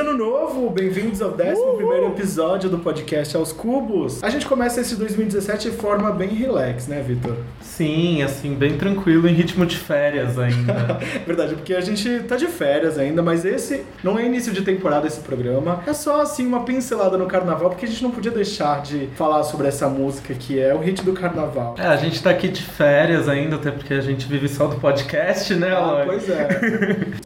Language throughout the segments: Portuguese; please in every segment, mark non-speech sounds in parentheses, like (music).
ano novo! Bem-vindos ao 11 primeiro episódio do podcast Aos Cubos. A gente começa esse 2017 de forma bem relax, né, Vitor? (laughs) Sim, assim, bem tranquilo, em ritmo de férias ainda. (laughs) É Verdade, porque a gente tá de férias ainda, mas esse não é início de temporada esse programa. É só assim uma pincelada no carnaval, porque a gente não podia deixar de falar sobre essa música que é o hit do carnaval. é, a gente tá aqui de férias ainda, até porque a gente vive só do podcast, né, Ah, Eloy? pois é.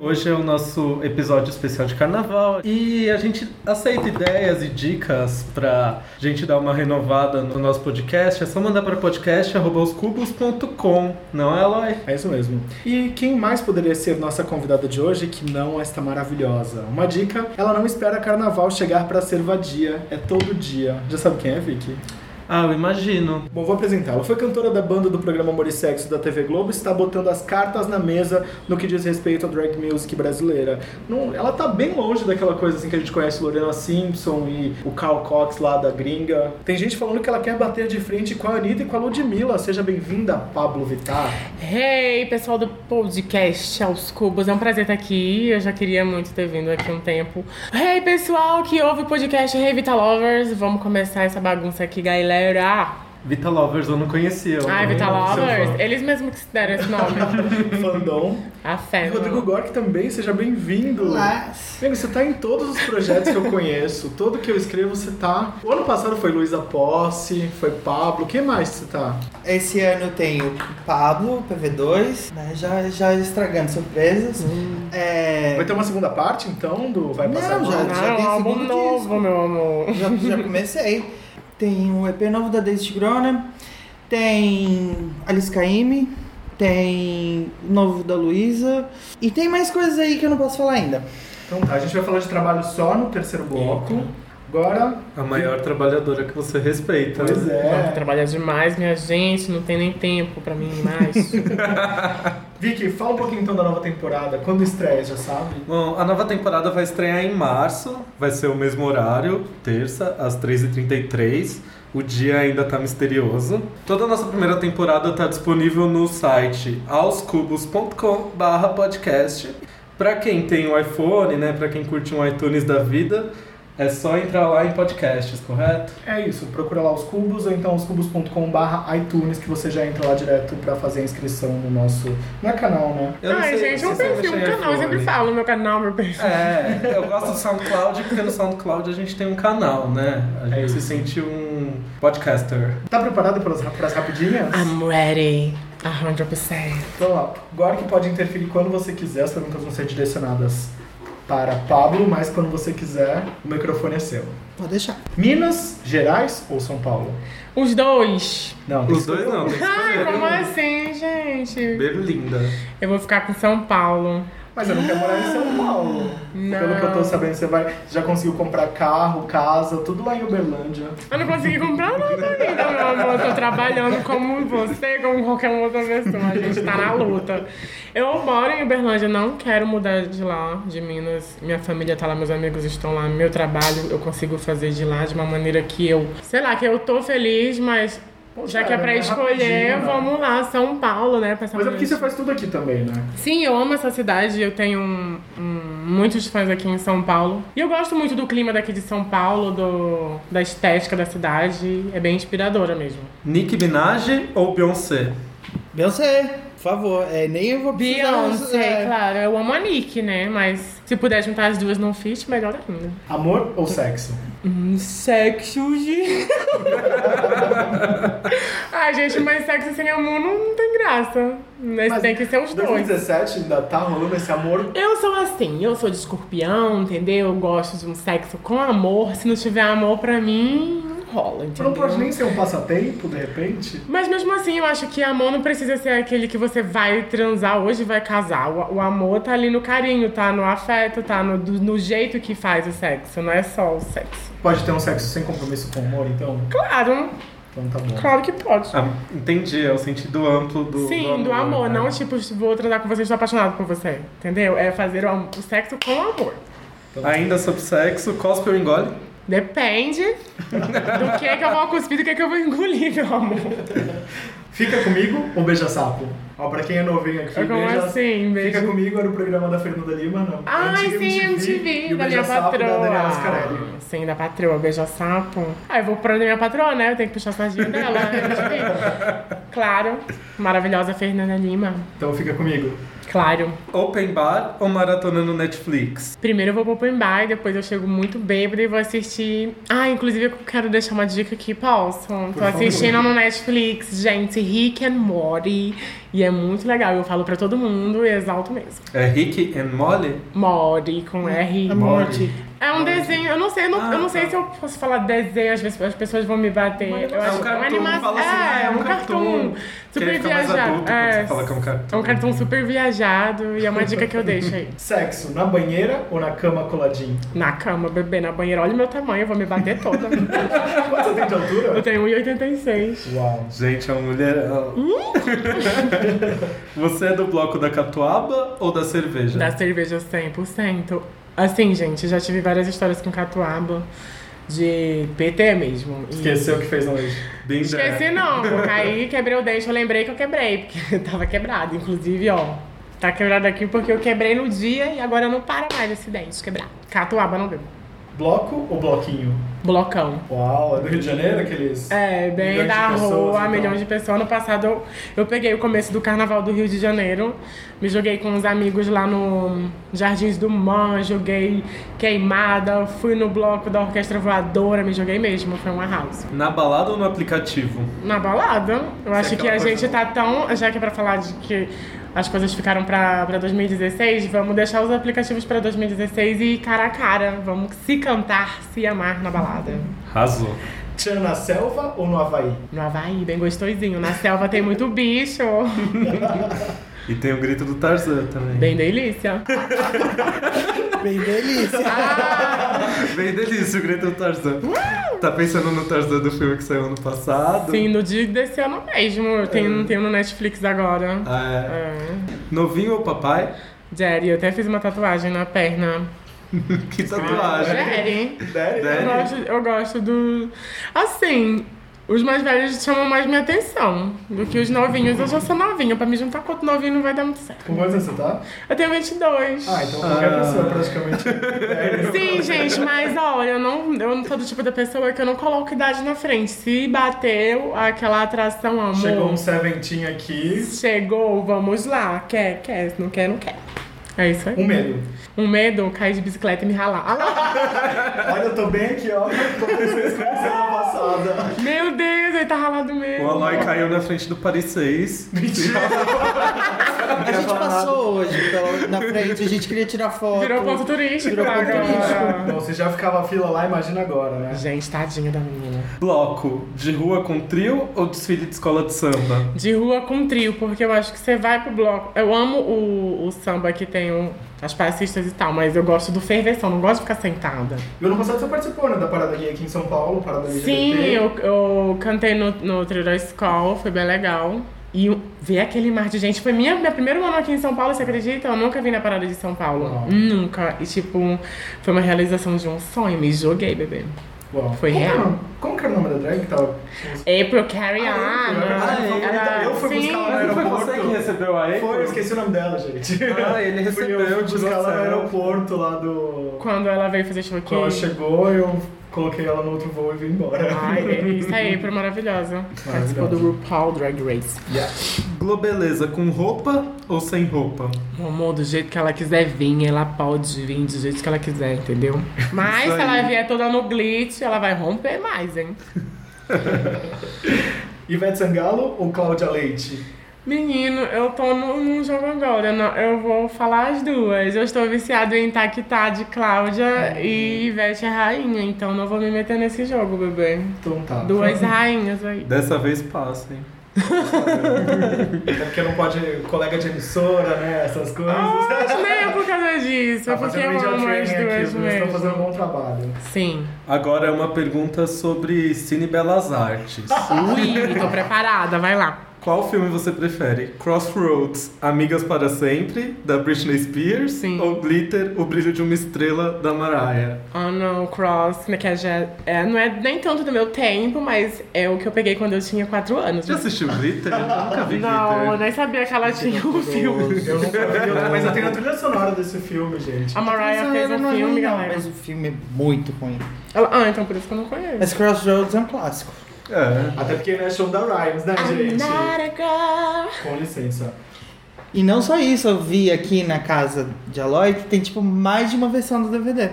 Hoje é o nosso episódio especial de carnaval e a gente aceita ideias e dicas pra gente dar uma renovada no nosso podcast. É só mandar pra podcast.com, não é, Eloy? É isso mesmo. E quem mais poderia ser nossa convidada de hoje que não é esta maravilhosa? Uma dica, ela não espera carnaval chegar pra ser vadia, é todo dia. Já sabe quem é, Vicky? Ah, eu imagino. Bom, vou apresentá-la. Foi cantora da banda do programa Amor e Sexo da TV Globo, está botando as cartas na mesa no que diz respeito à drag music brasileira. Não, ela tá bem longe daquela coisa assim que a gente conhece Lorena Simpson e o Carl Cox lá da gringa. Tem gente falando que ela quer bater de frente com a Anitta e com a Ludmilla. Seja bem-vinda, Pablo Vittar. Hey, pessoal do podcast Aos Cubos, é um prazer estar aqui. Eu já queria muito ter vindo aqui um tempo. Hey, pessoal que ouve o podcast Hey Vita Lovers, vamos começar essa bagunça aqui, galera. Vita Lovers eu não conhecia. Ai, Eloy. Vita Seu fã. Lovers, eles mesmos que se deram esse nome. Fandom. A E fé. Rodrigo Gork também, seja bem-vindo. Olá. Amigo, você tá em todos os projetos que eu conheço, todo que eu escrevo você tá. O ano passado foi Luísa Posse, foi Pablo, quem mais você tá? Esse ano eu tenho Pablo, PV2, né? Já, já estragando surpresas. É, Vai ter uma segunda parte então do Vai Não, Passar Mal? já- Não, tem é um álbum segundo novo, disco. meu amor. já, já comecei. Tem um EP novo da Daisy Tigrona, tem Alice Caymmi, tem novo da Luísa. E tem mais coisas aí que eu não posso falar ainda. Então tá, a gente vai falar de trabalho só no terceiro bloco. Agora. A maior trabalhadora que você respeita. Pois Vamos é. trabalhar demais, minha gente, não tem nem tempo pra mim (laughs) mais. Vicky, fala um pouquinho então da nova temporada. Quando estreia, já sabe? Bom, a nova temporada vai estrear em março, vai ser o mesmo horário, terça, às 3h33. O dia ainda tá misterioso. Toda a nossa primeira temporada tá disponível no site aoscubos.com/barra podcast. Pra quem tem o iPhone, né, pra quem curte um iTunes da vida, é só entrar lá em podcasts, correto? É isso, procura lá os cubos ou então oscubos.com.br iTunes, que você já entra lá direto pra fazer a inscrição no nosso. Não é canal, né? Eu não Ai, sei gente, se um você perfil, um mexer em canal, eu sempre iPhone. falo meu canal, meu perfil. É, eu gosto do SoundCloud porque no SoundCloud a gente tem um canal, né? A gente É se isso. sente um podcaster. Tá preparado para as rapidinhas? Ah, I'm ready, 100%. Vamos lá. Agora que pode interferir quando você quiser, as perguntas vão ser direcionadas para Pablo, mas quando você quiser, o microfone é seu. Pode deixar. Minas Gerais ou São Paulo? Os dois. Não, tem Os que dois escolher não, um. tem que (laughs) Ai, como escolher. assim, gente? Berlinda. Eu vou ficar com São Paulo. Mas eu não quero morar em São Paulo. Não. Pelo que eu tô sabendo, você vai, já conseguiu comprar carro, casa, tudo lá em Uberlândia. Eu não consegui comprar nada ainda, meu amor. Eu tô trabalhando como você, como qualquer outra pessoa. A gente tá na luta. Eu moro em Uberlândia, não quero mudar de lá, de Minas. Minha família tá lá, meus amigos estão lá, meu trabalho eu consigo fazer de lá de uma maneira que eu, sei lá, que eu tô feliz, mas já que é pra Cara, escolher, rapidinho, né? vamos lá, São Paulo, né? pra essa Mas é porque mulher. você faz tudo aqui também, né? Sim, eu amo essa cidade. Eu tenho um- um- muitos fãs aqui em São Paulo. E eu gosto muito do clima daqui de São Paulo, do, da estética da cidade. É bem inspiradora mesmo. Nick Minaj ou Beyoncé? Beyoncé, por favor. É, nem eu vou precisar. Beyoncé, é. claro. Eu amo a Nick, né? Mas se puder juntar as duas num fit, melhor ainda. Amor ou sexo? Sexo de... (laughs) Ai, gente, mas sexo sem amor não tem graça. Mas Mas tem que ser os dois. 2017 ainda tá rolando esse amor. Eu sou assim, eu sou de escorpião, entendeu? Eu gosto de um sexo com amor. Se não tiver amor pra mim, não rola, Você entendeu? não pode nem ser um passatempo, de repente? Mas mesmo assim, eu acho que amor não precisa ser aquele que você vai transar hoje e vai casar. O, o amor tá ali no carinho, tá no afeto, tá no, do- no jeito que faz o sexo, não é só o sexo. Pode ter um sexo sem compromisso com o amor, então? Claro, Então tá bom. claro que pode. Ah, entendi, é o sentido amplo do Sim, do amor, né? não tipo, vou transar com você, estou apaixonado por você, entendeu? É fazer o, am- o sexo com amor. Ainda sobre sexo, cospe ou engole? Depende do que é que eu vou cuspir, do que é que eu vou engolir, meu amor. Fica comigo ou beija sapo? um Ó, pra quem é novinho aqui, Como beija- assim, beija? Fica Comigo era o programa da Fernanda Lima, não. Ai, Antiga sim, e MTV, o da minha Beija-Sapo Da patroa. Daniela Scarelli. sim, da patroa, beija-sapo. Ah, eu vou pro da minha patroa, né? Eu tenho que puxar a sardinha dela. né? MTV. claro, maravilhosa Fernanda Lima. Então fica comigo. Claro. Open Bar ou maratona no Netflix? Primeiro eu vou pro open bar, depois eu chego muito bêbada e vou assistir. Ah, inclusive eu quero deixar uma dica aqui, posso? Tô assistindo no Netflix, gente, Rick and Morty. E é muito legal, eu falo pra todo mundo e exalto mesmo. É Rick and Molly? Morty, com R. A morte. É um desenho, eu não sei, eu não, Ah, eu não sei tá. se eu posso falar desenho, às vezes as pessoas vão me bater. eu É um acho que cartoon, anima- fala assim, ah, é um cartoon. é Que Super ele fica mais viajado. adulto quando você fala que é um cartoon. É um cartoon super viajado e é uma dica que eu deixo aí. Sexo na banheira ou na cama coladinho? (laughs) Na cama, bebê, na banheira, olha o meu tamanho, eu vou me bater toda. Quanto você tem de Eu altura? tenho 1,86. Uau. Gente, é uma mulherão. (laughs) Você é do bloco da catuaba ou da cerveja? Da cerveja 100%. Assim, gente, já tive várias histórias com catuaba de PT mesmo. E- Esqueceu o que fez um hoje. Bem Esqueci breve. não, vou cair, quebrei o dente, eu lembrei que eu quebrei, porque (laughs) tava quebrado. Inclusive, ó, tá quebrado aqui porque eu quebrei no dia e agora não para mais esse dente quebrado. Catuaba não bebo. Bloco ou bloquinho? Blocão. Uau, é do Rio de Janeiro aqueles. É, bem milhões de da pessoas, rua, então. milhões de pessoas. Ano passado eu, eu peguei o começo do carnaval do Rio de Janeiro. Me joguei com uns amigos lá no Jardins do Man, joguei queimada, fui no bloco da orquestra voadora, me joguei mesmo, foi um arraso. Na balada ou no aplicativo? Na balada. é Eu acho que aquela a coisa gente tá tão. Já que é pra falar de que as coisas ficaram pra, pra 2016, vamos deixar os aplicativos pra 2016 e cara a cara. Vamos se cantar, se amar na balada. Razou. Tchan na selva ou no Havaí? No Havaí, bem gostosinho. Na selva tem muito bicho. E tem o grito do Tarzan também. Bem delícia. Bem delícia. Bem delícia o grito do Tarzan. Tá pensando no Tarzan do filme que saiu ano passado? Sim, no dia desse ano mesmo. Eu tenho, tenho no Netflix agora. É. É. Novinho ou papai? Jerry, eu até fiz uma tatuagem na perna. Que tatuagem. Jerry. Sério? Eu Sério? gosto, eu gosto do. Assim, os mais velhos chamam mais minha atenção do que os novinhos. Eu já sou novinha, pra me juntar com outro novinho não vai dar muito certo. Com quantos anos você tá? Eu tenho 22. Ah, então qualquer Ah. pessoa praticamente. É, Sim, gente, mas olha, eu não, eu não sou do tipo da pessoa que eu não coloco idade na frente. Se bateu aquela atração, amor. Chegou um seventinho aqui. Chegou, vamos lá. Quer, quer. Se não quer, não quer. É isso Um aí. medo. Um medo, cair de bicicleta e me ralar. Ah lá. Olha, eu tô bem aqui, ó. Tô pensando em semana (laughs) passada. Meu Deus, ele tá ralado mesmo. O Aloy caiu na frente do Paris 6. A gente passou hoje pela, na frente, a gente queria tirar foto. Virou ponto turístico Virou ponto agora. Bom, você já ficava a fila lá, imagina agora, né? Gente, tadinho da menina. Bloco de rua com trio ou desfile de escola de samba? De rua com trio, porque eu acho que você vai pro bloco. Eu amo o, o samba que tem o- as passistas e tal, mas eu gosto do ferveção, não gosto de ficar sentada. E ano passado você participou, né, da Parada Gay aqui em São Paulo, Parada LGBT. Sim, eu, eu cantei no, no trio da escola, foi bem legal. E o- ver aquele mar de gente. Foi minha, meu primeiro ano aqui em São Paulo, você acredita? Eu nunca vim na parada de São Paulo. Uau. Nunca. E tipo, foi uma realização de um sonho. Me joguei, bebê. Uau. Foi Como que real. era o nome- Como que era o nome da drag que tava? April Carrion. Ah, April. Ela- Eu fui Sim. buscar ela no aeroporto. recebeu a April? Foi, eu esqueci o nome dela, gente. Ah, ele Fui eu, recebeu fui de buscar ela no WhatsApp. aeroporto lá do... Quando ela veio fazer show aqui. Quando ela chegou, eu coloquei ela no outro voo e vim embora. Ai, delícia. Aí, foi maravilhosa. Participou do RuPaul Drag Race. Globeleza com roupa ou sem roupa? Meu amor, do jeito que ela quiser vir, ela pode vir do jeito que ela quiser, entendeu? Mas Isso se ela aí. vier toda no glitch, ela vai romper mais, hein? Ivete Sangalo ou Cláudia Leite? Menino, eu tô num num jogo agora. não- Eu vou falar as duas. Eu estou viciado em Taquitá de Cláudia e Ivete é rainha, então não vou me meter nesse jogo, bebê. Então tá. Duas rainhas aí. Dessa vez passa, hein? É porque não pode colega de emissora, né? Essas coisas. Ah, nem é por causa disso, é Tá porque eu media amo as training aqui, duas os meninos estão fazendo um mesmo. bom trabalho. Sim. Agora é uma pergunta sobre Cine Belas Artes. Ui, tô preparada, vai lá. Qual filme você prefere? Crossroads, Amigas para Sempre, da Britney Spears? Sim. Ou Glitter, O Brilho de uma Estrela, da Mariah? Oh no, Cross, né, que é, já- é, não é nem tanto do meu tempo, mas é o que eu peguei quando eu tinha 4 anos. né? Já assistiu Glitter? Eu nunca vi Não, (laughs) eu Glitter. nem sabia que ela tinha um filme. Eu nunca vi, mas eu tenho a trilha sonora desse filme, gente. A Mariah fez um não é ruim, filme, não, galera. Mas o filme é muito ruim. Ela- ah, então por isso que eu não conheço. Mas Crossroads é um clássico. É. Até porque não é show da Rhymes, né, I'm gente? not a girl. Com licença. E não só isso, eu vi aqui na casa de Aloy que tem tipo mais de uma versão do DVD.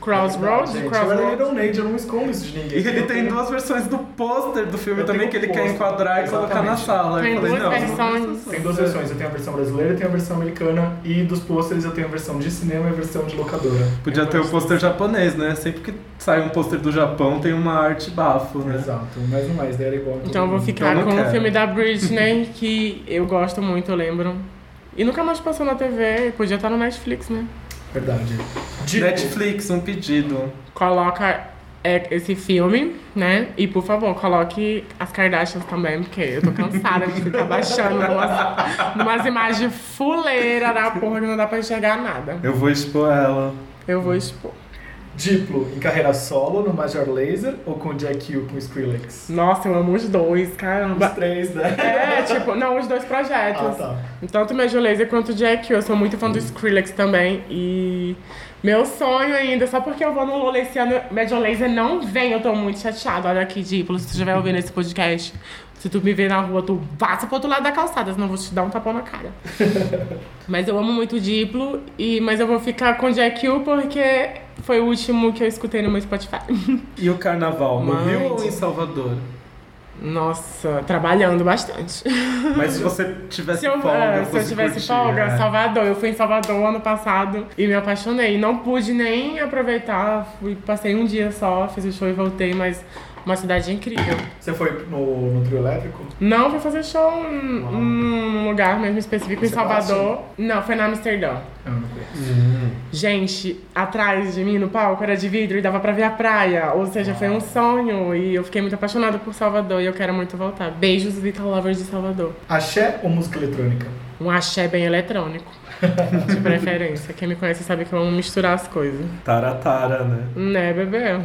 Crossroads, Gente, eu era Crossroads. Little Nate, eu não escondo isso de ninguém. E ele tem duas versões do pôster do filme Eu também tenho que ele o quer pôster, enquadrar e colocar na exatamente. sala. Tem eu falei, duas não, é versões. Tem duas versões, eu tenho a versão brasileira e tenho a versão americana. E dos pôsteres eu tenho a versão de cinema e a versão de locadora. Podia ter o pôster japonês, né? Sempre que sai um pôster do Japão tem uma arte bafo, né? Exato, mas não mais, daí era igual. a todo Então eu vou mundo. ficar Então eu não com quero. o filme da Britney, que eu gosto muito, eu lembro. E nunca mais passou na TV, podia estar no Netflix, né? Verdade. Digo, Netflix, um pedido. Coloca é, esse filme, né? E por favor, coloque as Kardashians também, porque eu tô cansada de ficar baixando umas, umas imagens fuleiras da porra que não dá pra enxergar nada. Eu vou expor ela. Eu vou expor. Diplo em carreira solo no Major Laser ou com Jack Hill com Skrillex? Nossa, eu amo os dois, Os caramba. três, né? É, tipo, não, os dois projetos. Ah, tá. Então, Tanto Major Laser quanto Jack, eu sou muito fã do Skrillex também. E meu sonho ainda, só porque eu vou no Lula esse ano, Major Laser não vem, eu tô muito chateada. Olha aqui, Diplo, se tu estiver ouvindo esse podcast, se tu me ver na rua, tu passa pro outro lado da calçada, senão eu vou te dar um tapão na cara. mas eu amo muito o Diplo, e, mas eu vou ficar com Jack U porque foi o último que eu escutei no meu Spotify. (laughs) E o carnaval, no Mas- Rio ou em Salvador? Nossa, trabalhando bastante. Mas se você tivesse Se eu, folga, é, se eu você tivesse curtia, folga, é. Salvador. Eu fui em Salvador ano passado e me apaixonei. Não pude nem aproveitar. Fui, passei um dia só, fiz o show e voltei, mas uma cidade incrível. Você foi no, no trio elétrico? Não, fui fazer show num Uau. num lugar mesmo específico em é Você Salvador. Não, foi na Amsterdã. Eu não conheço. Uhum. Gente, atrás de mim no palco era de vidro e dava pra ver a praia. Ou seja, foi um sonho e eu fiquei muito apaixonada por Salvador e eu quero muito voltar. Beijos, Vitor Lovers de Salvador. Axé ou música eletrônica? Um axé bem eletrônico. De preferência. Quem me conhece sabe que eu amo misturar as coisas. Taratara, né? Né, bebê?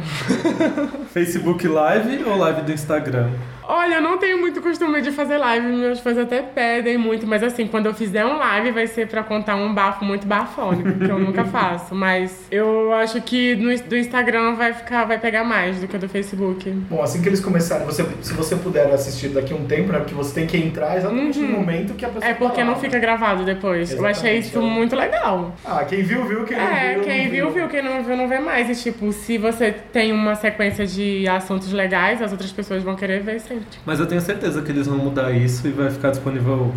Facebook Live ou live do Instagram? Olha, eu não tenho muito costume de fazer live. Meus fãs até pedem muito. Mas assim, quando eu fizer um live, vai ser pra contar um bafo muito bafônico. Que eu nunca faço. Mas eu acho que no, do Instagram vai ficar... Vai pegar mais do que do Facebook. Bom, assim que eles começarem, você, se você puder assistir daqui a um tempo, né? Porque você tem que entrar exatamente no momento que a pessoa. É porque falar, não né? fica gravado depois. Eu achei Exatamente, isso é. muito legal. Ah, quem viu, viu, quem não É, viu. quem não viu, viu. Quem não viu, não vê mais. E, tipo, se você tem uma sequência de assuntos legais, as outras pessoas vão querer ver sempre. Mas eu tenho certeza que eles vão mudar isso e vai ficar disponível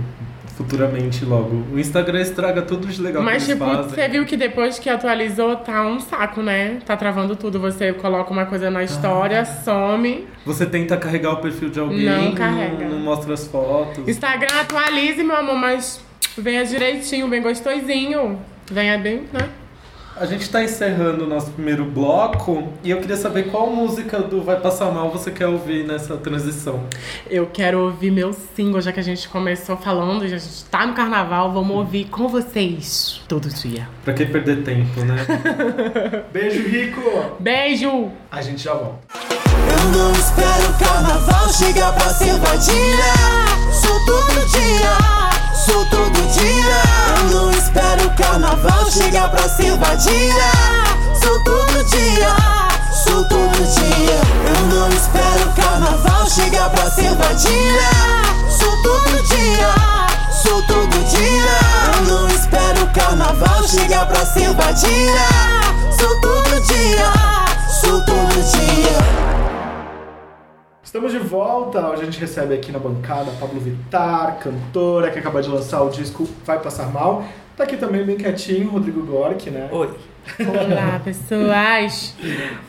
futuramente logo. O Instagram estraga tudo de legal Mas, que eles tipo, fazem. você viu que depois que atualizou, tá um saco, né? Tá travando tudo. Você coloca uma coisa na Ah. história, some. Você tenta carregar o perfil de alguém, Não carrega. não mostra as fotos. Instagram, atualize, meu amor, mas venha direitinho, bem gostosinho. Venha bem, né? A gente tá encerrando o nosso primeiro bloco e eu queria saber qual música do Vai Passar Mal você quer ouvir nessa transição. Eu quero ouvir meu single, já que a gente começou falando, já a gente tá no carnaval, vamos ouvir com vocês todo dia. Pra quem perder tempo, (laughs) né? Beijo, Rico! (laughs) Beijo! A gente já volta. Eu não espero o carnaval chegar pra ser vadia. Sou todo dia, sou todo dia. Eu não espero o carnaval chegar pra ser vadia. Sou todo dia, sou todo dia. Eu não espero o carnaval chegar pra ser vadia. Sou todo dia, sou todo dia. Eu não espero o carnaval chegar pra ser vadia. Sou todo dia, sou todo dia. Estamos de volta. Hoje a gente recebe aqui na bancada a Pablo Vittar, cantora que acaba de lançar o disco Vai Passar Mal. Tá aqui também bem quietinho o Rodrigo Gork, né? Oi. Olá, pessoas!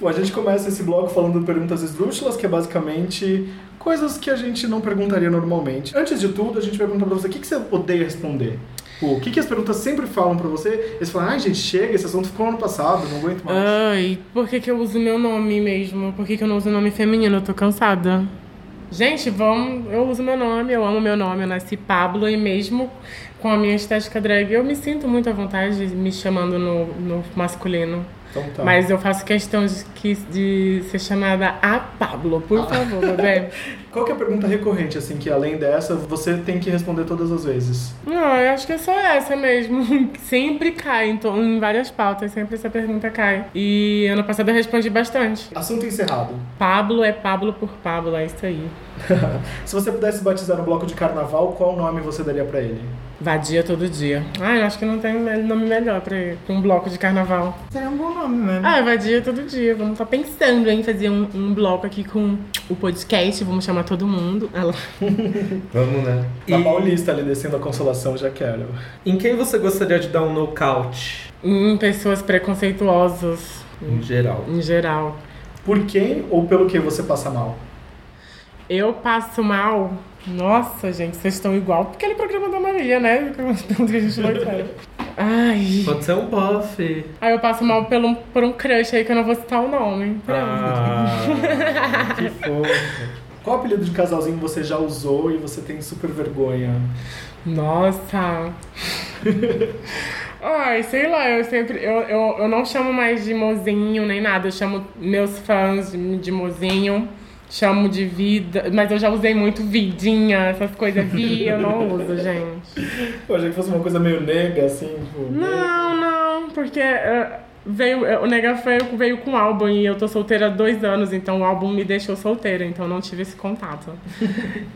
Bom, a gente começa esse bloco falando de perguntas esdrúxulas, que é basicamente coisas que a gente não perguntaria normalmente. Antes de tudo, a gente pergunta pra você o que, que você odeia responder. O que, que as perguntas sempre falam pra você? Eles falam, ai gente, chega, esse assunto ficou ano passado, não aguento mais. Ah, Ai, por que, que eu uso meu nome mesmo? Por que, que eu não uso nome feminino? Eu tô cansada. Gente, vamos, eu uso meu nome, eu amo meu nome, eu nasci Pablo e mesmo com a minha estética drag, eu me sinto muito à vontade me chamando no, no masculino. Então tá. Mas eu faço questão de, que- de ser chamada a Pablo, por favor, bebê. Qual que é a pergunta recorrente, assim, que além dessa, você tem que responder todas as vezes? Não, eu acho que é só essa mesmo. (laughs) Sempre cai em, to- em várias pautas, sempre essa pergunta cai. E ano passado eu respondi bastante. Assunto encerrado. Pablo é Pablo por Pablo, é isso aí. Se você pudesse batizar um bloco de carnaval, qual nome você daria pra ele? Vadia todo dia. Ah, eu acho que não tem me- nome melhor pra pra um bloco de carnaval. Seria um bom nome mesmo. Ah, vadia todo dia. Vamos tá pensando em fazer um, um bloco aqui com o podcast. Vamos chamar todo mundo. Ah, Ela- Vamos, né? Na E Paulista, ali descendo a consolação, já quero. em quem você gostaria de dar um nocaute, Em Hum, pessoas preconceituosas, em geral? em geral. Por quem ou pelo que você passa mal? Eu passo mal. Nossa, gente, vocês estão igual aquele programa da Maria, né? (laughs) Tanto que a gente não sabe. Ai. Pode ser um buff. Aí eu passo mal por um, por um crush aí que eu não vou citar o nome. Pronto. (laughs) Ah, que fofo. Qual apelido de casalzinho você já usou e você tem super vergonha? Nossa. Ai, sei lá, eu sempre. Eu, eu, eu não chamo mais de mozinho nem nada. Eu chamo meus fãs de, de mozinho. Chamo de vida. Mas eu já usei muito vidinha, essas coisas. Vi, eu não uso, gente. Eu achei que fosse uma coisa meio nega, assim, tipo... Não, não, porque eh, veio, eh, o Nega Feio veio com o álbum e eu tô solteira há dois anos, então o álbum me deixou solteira, então eu não tive esse contato,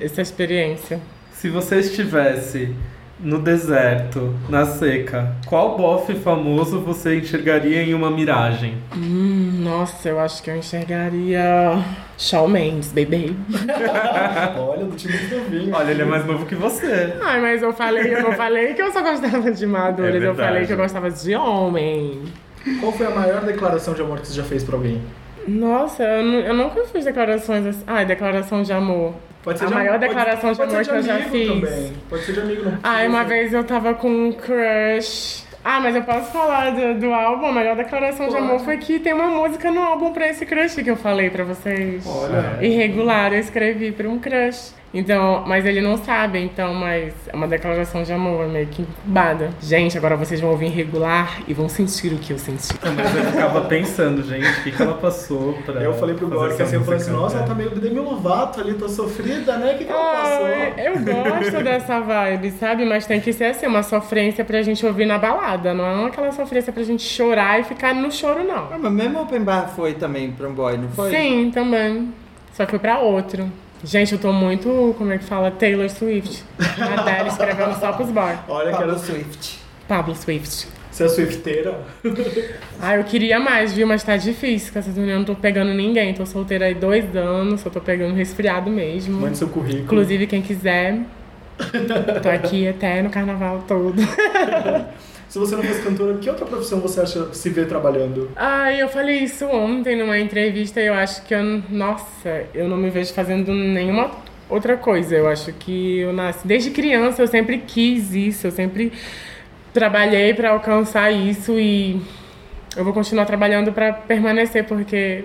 essa experiência. Se você estivesse no deserto, na seca, qual bofe famoso você enxergaria em uma miragem? Hum, nossa, eu acho que eu enxergaria Shawn Mendes, baby. Olha, do time do vinho. Olha, ele é mais novo que você. Ai, mas eu falei, eu não falei que eu só gostava de maduras, É eu falei verdade. que eu gostava de homem. Qual foi a maior declaração de amor que você já fez pra alguém? Nossa, eu, nu- eu nunca fiz declarações assim. Ai, declaração de amor. Pode A am- maior declaração de pode ser amor que eu já amigo fiz. Também. Pode ser de amigo, não precisa Ai, uma ser. vez eu tava com um crush. Ah, mas eu posso falar do, do álbum? A melhor declaração de amor foi que tem uma música no álbum pra esse crush que eu falei pra vocês. Olha. Irregular, eu escrevi pra um crush. Então, mas ele não sabe, então, mas é uma declaração de amor meio que incubada. Gente, agora vocês vão ouvir irregular e vão sentir o que eu senti. Então, Mas eu ficava pensando, gente, o que, que ela passou pra. Eu falei pro É. fazer Gore que essa assim, eu falei assim, música? nossa, ela tá É. meio Demi Lovato ali, tá sofrida, né? O que, que ela passou? Ai, eu gosto dessa vibe, sabe? Mas tem que ser assim, uma sofrência pra gente ouvir na balada. Não é aquela sofrência pra gente chorar e ficar no choro, não. Ah, mas mesmo open bar foi também pra um boy, não foi? Sim, também. Só que foi pra outro. Gente, eu tô muito, como é que fala? Taylor Swift. A Adele escrevendo só pros boys. Olha que Pablo era... Swift. Pablo Swift. Você é swifteira? Ah, eu queria mais, viu? Mas tá difícil com essas meninas. Eu Não tô pegando ninguém. Tô solteira aí dois anos. Só tô pegando resfriado mesmo. Mande seu currículo. Inclusive, quem quiser. Tô aqui até no carnaval todo. Se você não fosse cantora, que outra profissão você acha se vê trabalhando? Ai, eu falei isso ontem numa entrevista e eu acho que eu. Nossa, eu não me vejo fazendo nenhuma outra coisa. Eu acho que eu nasci. Desde criança eu sempre quis isso, eu sempre trabalhei pra alcançar isso e eu vou continuar trabalhando pra permanecer, porque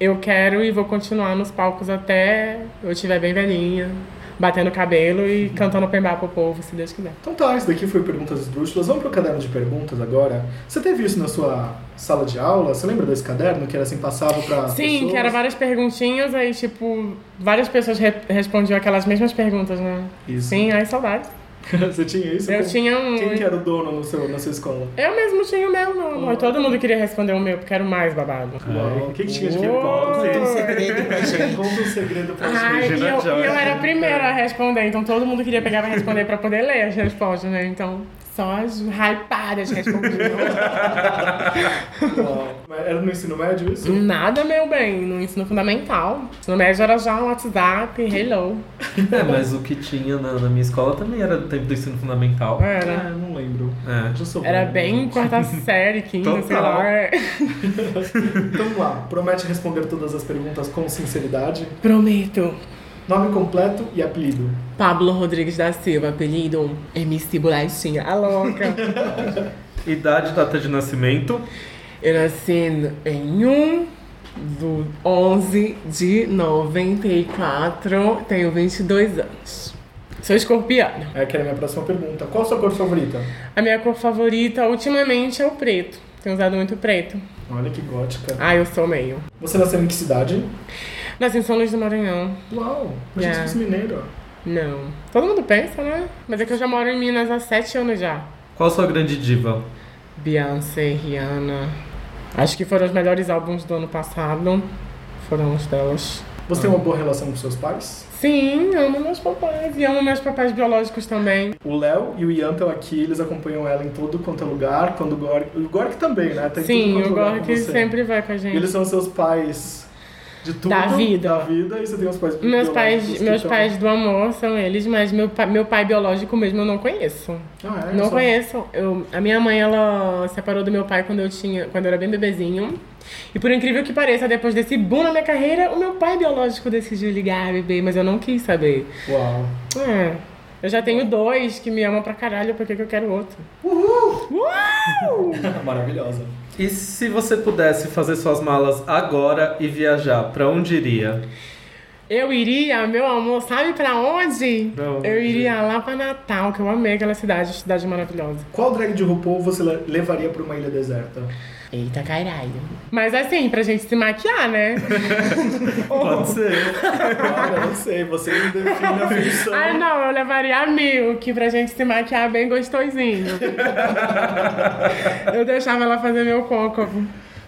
eu quero e vou continuar nos palcos até eu estiver bem velhinha, batendo cabelo e cantando pembá pro povo, se Deus quiser. Então tá, isso daqui foi Perguntas Esdrúxulas. Vamos pro caderno de perguntas agora. Você teve isso na sua sala de aula? Você lembra desse caderno que era assim, passava pra Sim, pessoas? que era várias perguntinhas, aí, tipo, várias pessoas re respondiam aquelas mesmas perguntas, né? Isso. Sim, ai, saudades. (laughs) você tinha isso? Eu Com- tinha um. Quem que era o dono no seu, na sua escola? Eu mesmo tinha o meu, meu amor. Todo mundo queria responder o meu, porque era o mais babado. Uau, O que, que tinha de que Uou. Conta Tem um segredo pra gente. um segredo pra gente. Ai, e eu, Regina e eu George. era a primeira a responder, então todo mundo queria pegar pra responder pra poder ler as respostas, né? Então, só as hypadas respondiam. (laughs) Uau. Mas Era no ensino médio isso? Nada, meu bem, no ensino fundamental. No médio era já o WhatsApp, hello. É, mas o que tinha na, na minha escola também era do tempo do ensino fundamental. Era. Ah, eu não lembro. É. Já sou Era velho, bem gente. quarta série, quinta, sei Total. lá. Então vamos lá, promete responder todas as perguntas com sinceridade. Prometo. Nome completo e apelido. Pablo Rodrigues da Silva, apelido um MC Bolachinha, a louca. Idade, data de nascimento. Eu nasci em 1 do 11 de 94. Tenho 22 anos. Sou escorpiana. É que era a minha próxima pergunta. Qual a sua cor favorita? A minha cor favorita ultimamente é o preto. Tenho usado muito preto. Olha que gótica. Ah, eu sou meio. Você nasceu em que cidade? Nasci em São Luís do Maranhão. Uau, mas gente É. fosse mineiro. Não. Todo mundo pensa, né? Mas é que eu já moro em Minas há sete anos já. Qual sua grande diva? Beyoncé, Rihanna. Acho que foram os melhores álbuns do ano passado. Foram os delas. Você tem uma boa relação com seus pais? Sim, amo meus papais. E amo meus papais biológicos também. O Léo e o Ian estão aqui, eles acompanham ela em todo quanto é lugar, quando o Gorg... O Gorg também, né? Tá em Sim, tudo o quanto é lugar com Gork você. sempre vai com a E gente. eles são seus pais de tudo. Da vida. Da vida, e você tem os pais Meus biológicos pais, que meus tão- pais do amor são eles, mas meu, pa- meu pai biológico mesmo eu não conheço. Ah, é, Não só- conheço. Eu, a minha mãe, ela separou do meu pai quando eu tinha, quando eu era bem bebezinho. E por incrível que pareça, depois desse boom na minha carreira, o meu pai biológico decidiu ligar a bebê, mas eu não quis saber. Uau. É, eu já tenho dois que me amam pra caralho, por que que eu quero outro? Uhul! Maravilhosa. E se você pudesse fazer suas malas agora e viajar, pra onde iria? Eu iria, meu amor, sabe pra onde? Pra onde? Eu iria lá pra Natal, que eu amei aquela cidade, cidade maravilhosa. Qual drag de RuPaul você le- levaria pra uma ilha deserta? Eita, caralho. Mas assim, pra gente se maquiar, (laughs) né? Oh. Pode ser. Olha, não sei, você me define a função. Ah, não, eu levaria a Milk pra gente se maquiar bem gostosinho. eu deixava ela fazer meu côncavo.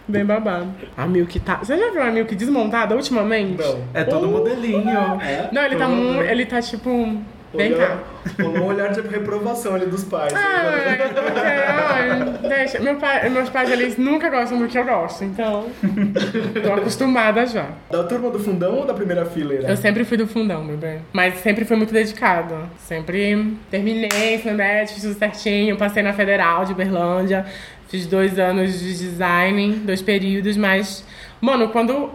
Bem babado. A Milk tá. Você já viu a Milk desmontada ultimamente? Não. É Oh. todo modelinho. É? Não, ele tá Olhou- muito. Ele tá tipo. Vem cá. Ah. Rolou um olhar de reprovação ali dos pais. Ai, porque, ai, é, deixa. Meu pai, meus pais, eles nunca gostam do que eu gosto, então. Tô acostumada já. Da turma do fundão ou da primeira fileira? Eu sempre fui do fundão, bebê. Mas sempre fui muito dedicada. Sempre terminei, fui médico, fiz tudo certinho. Passei na Federal de Berlândia. Fiz dois anos de design, dois períodos, mas... Mano, quando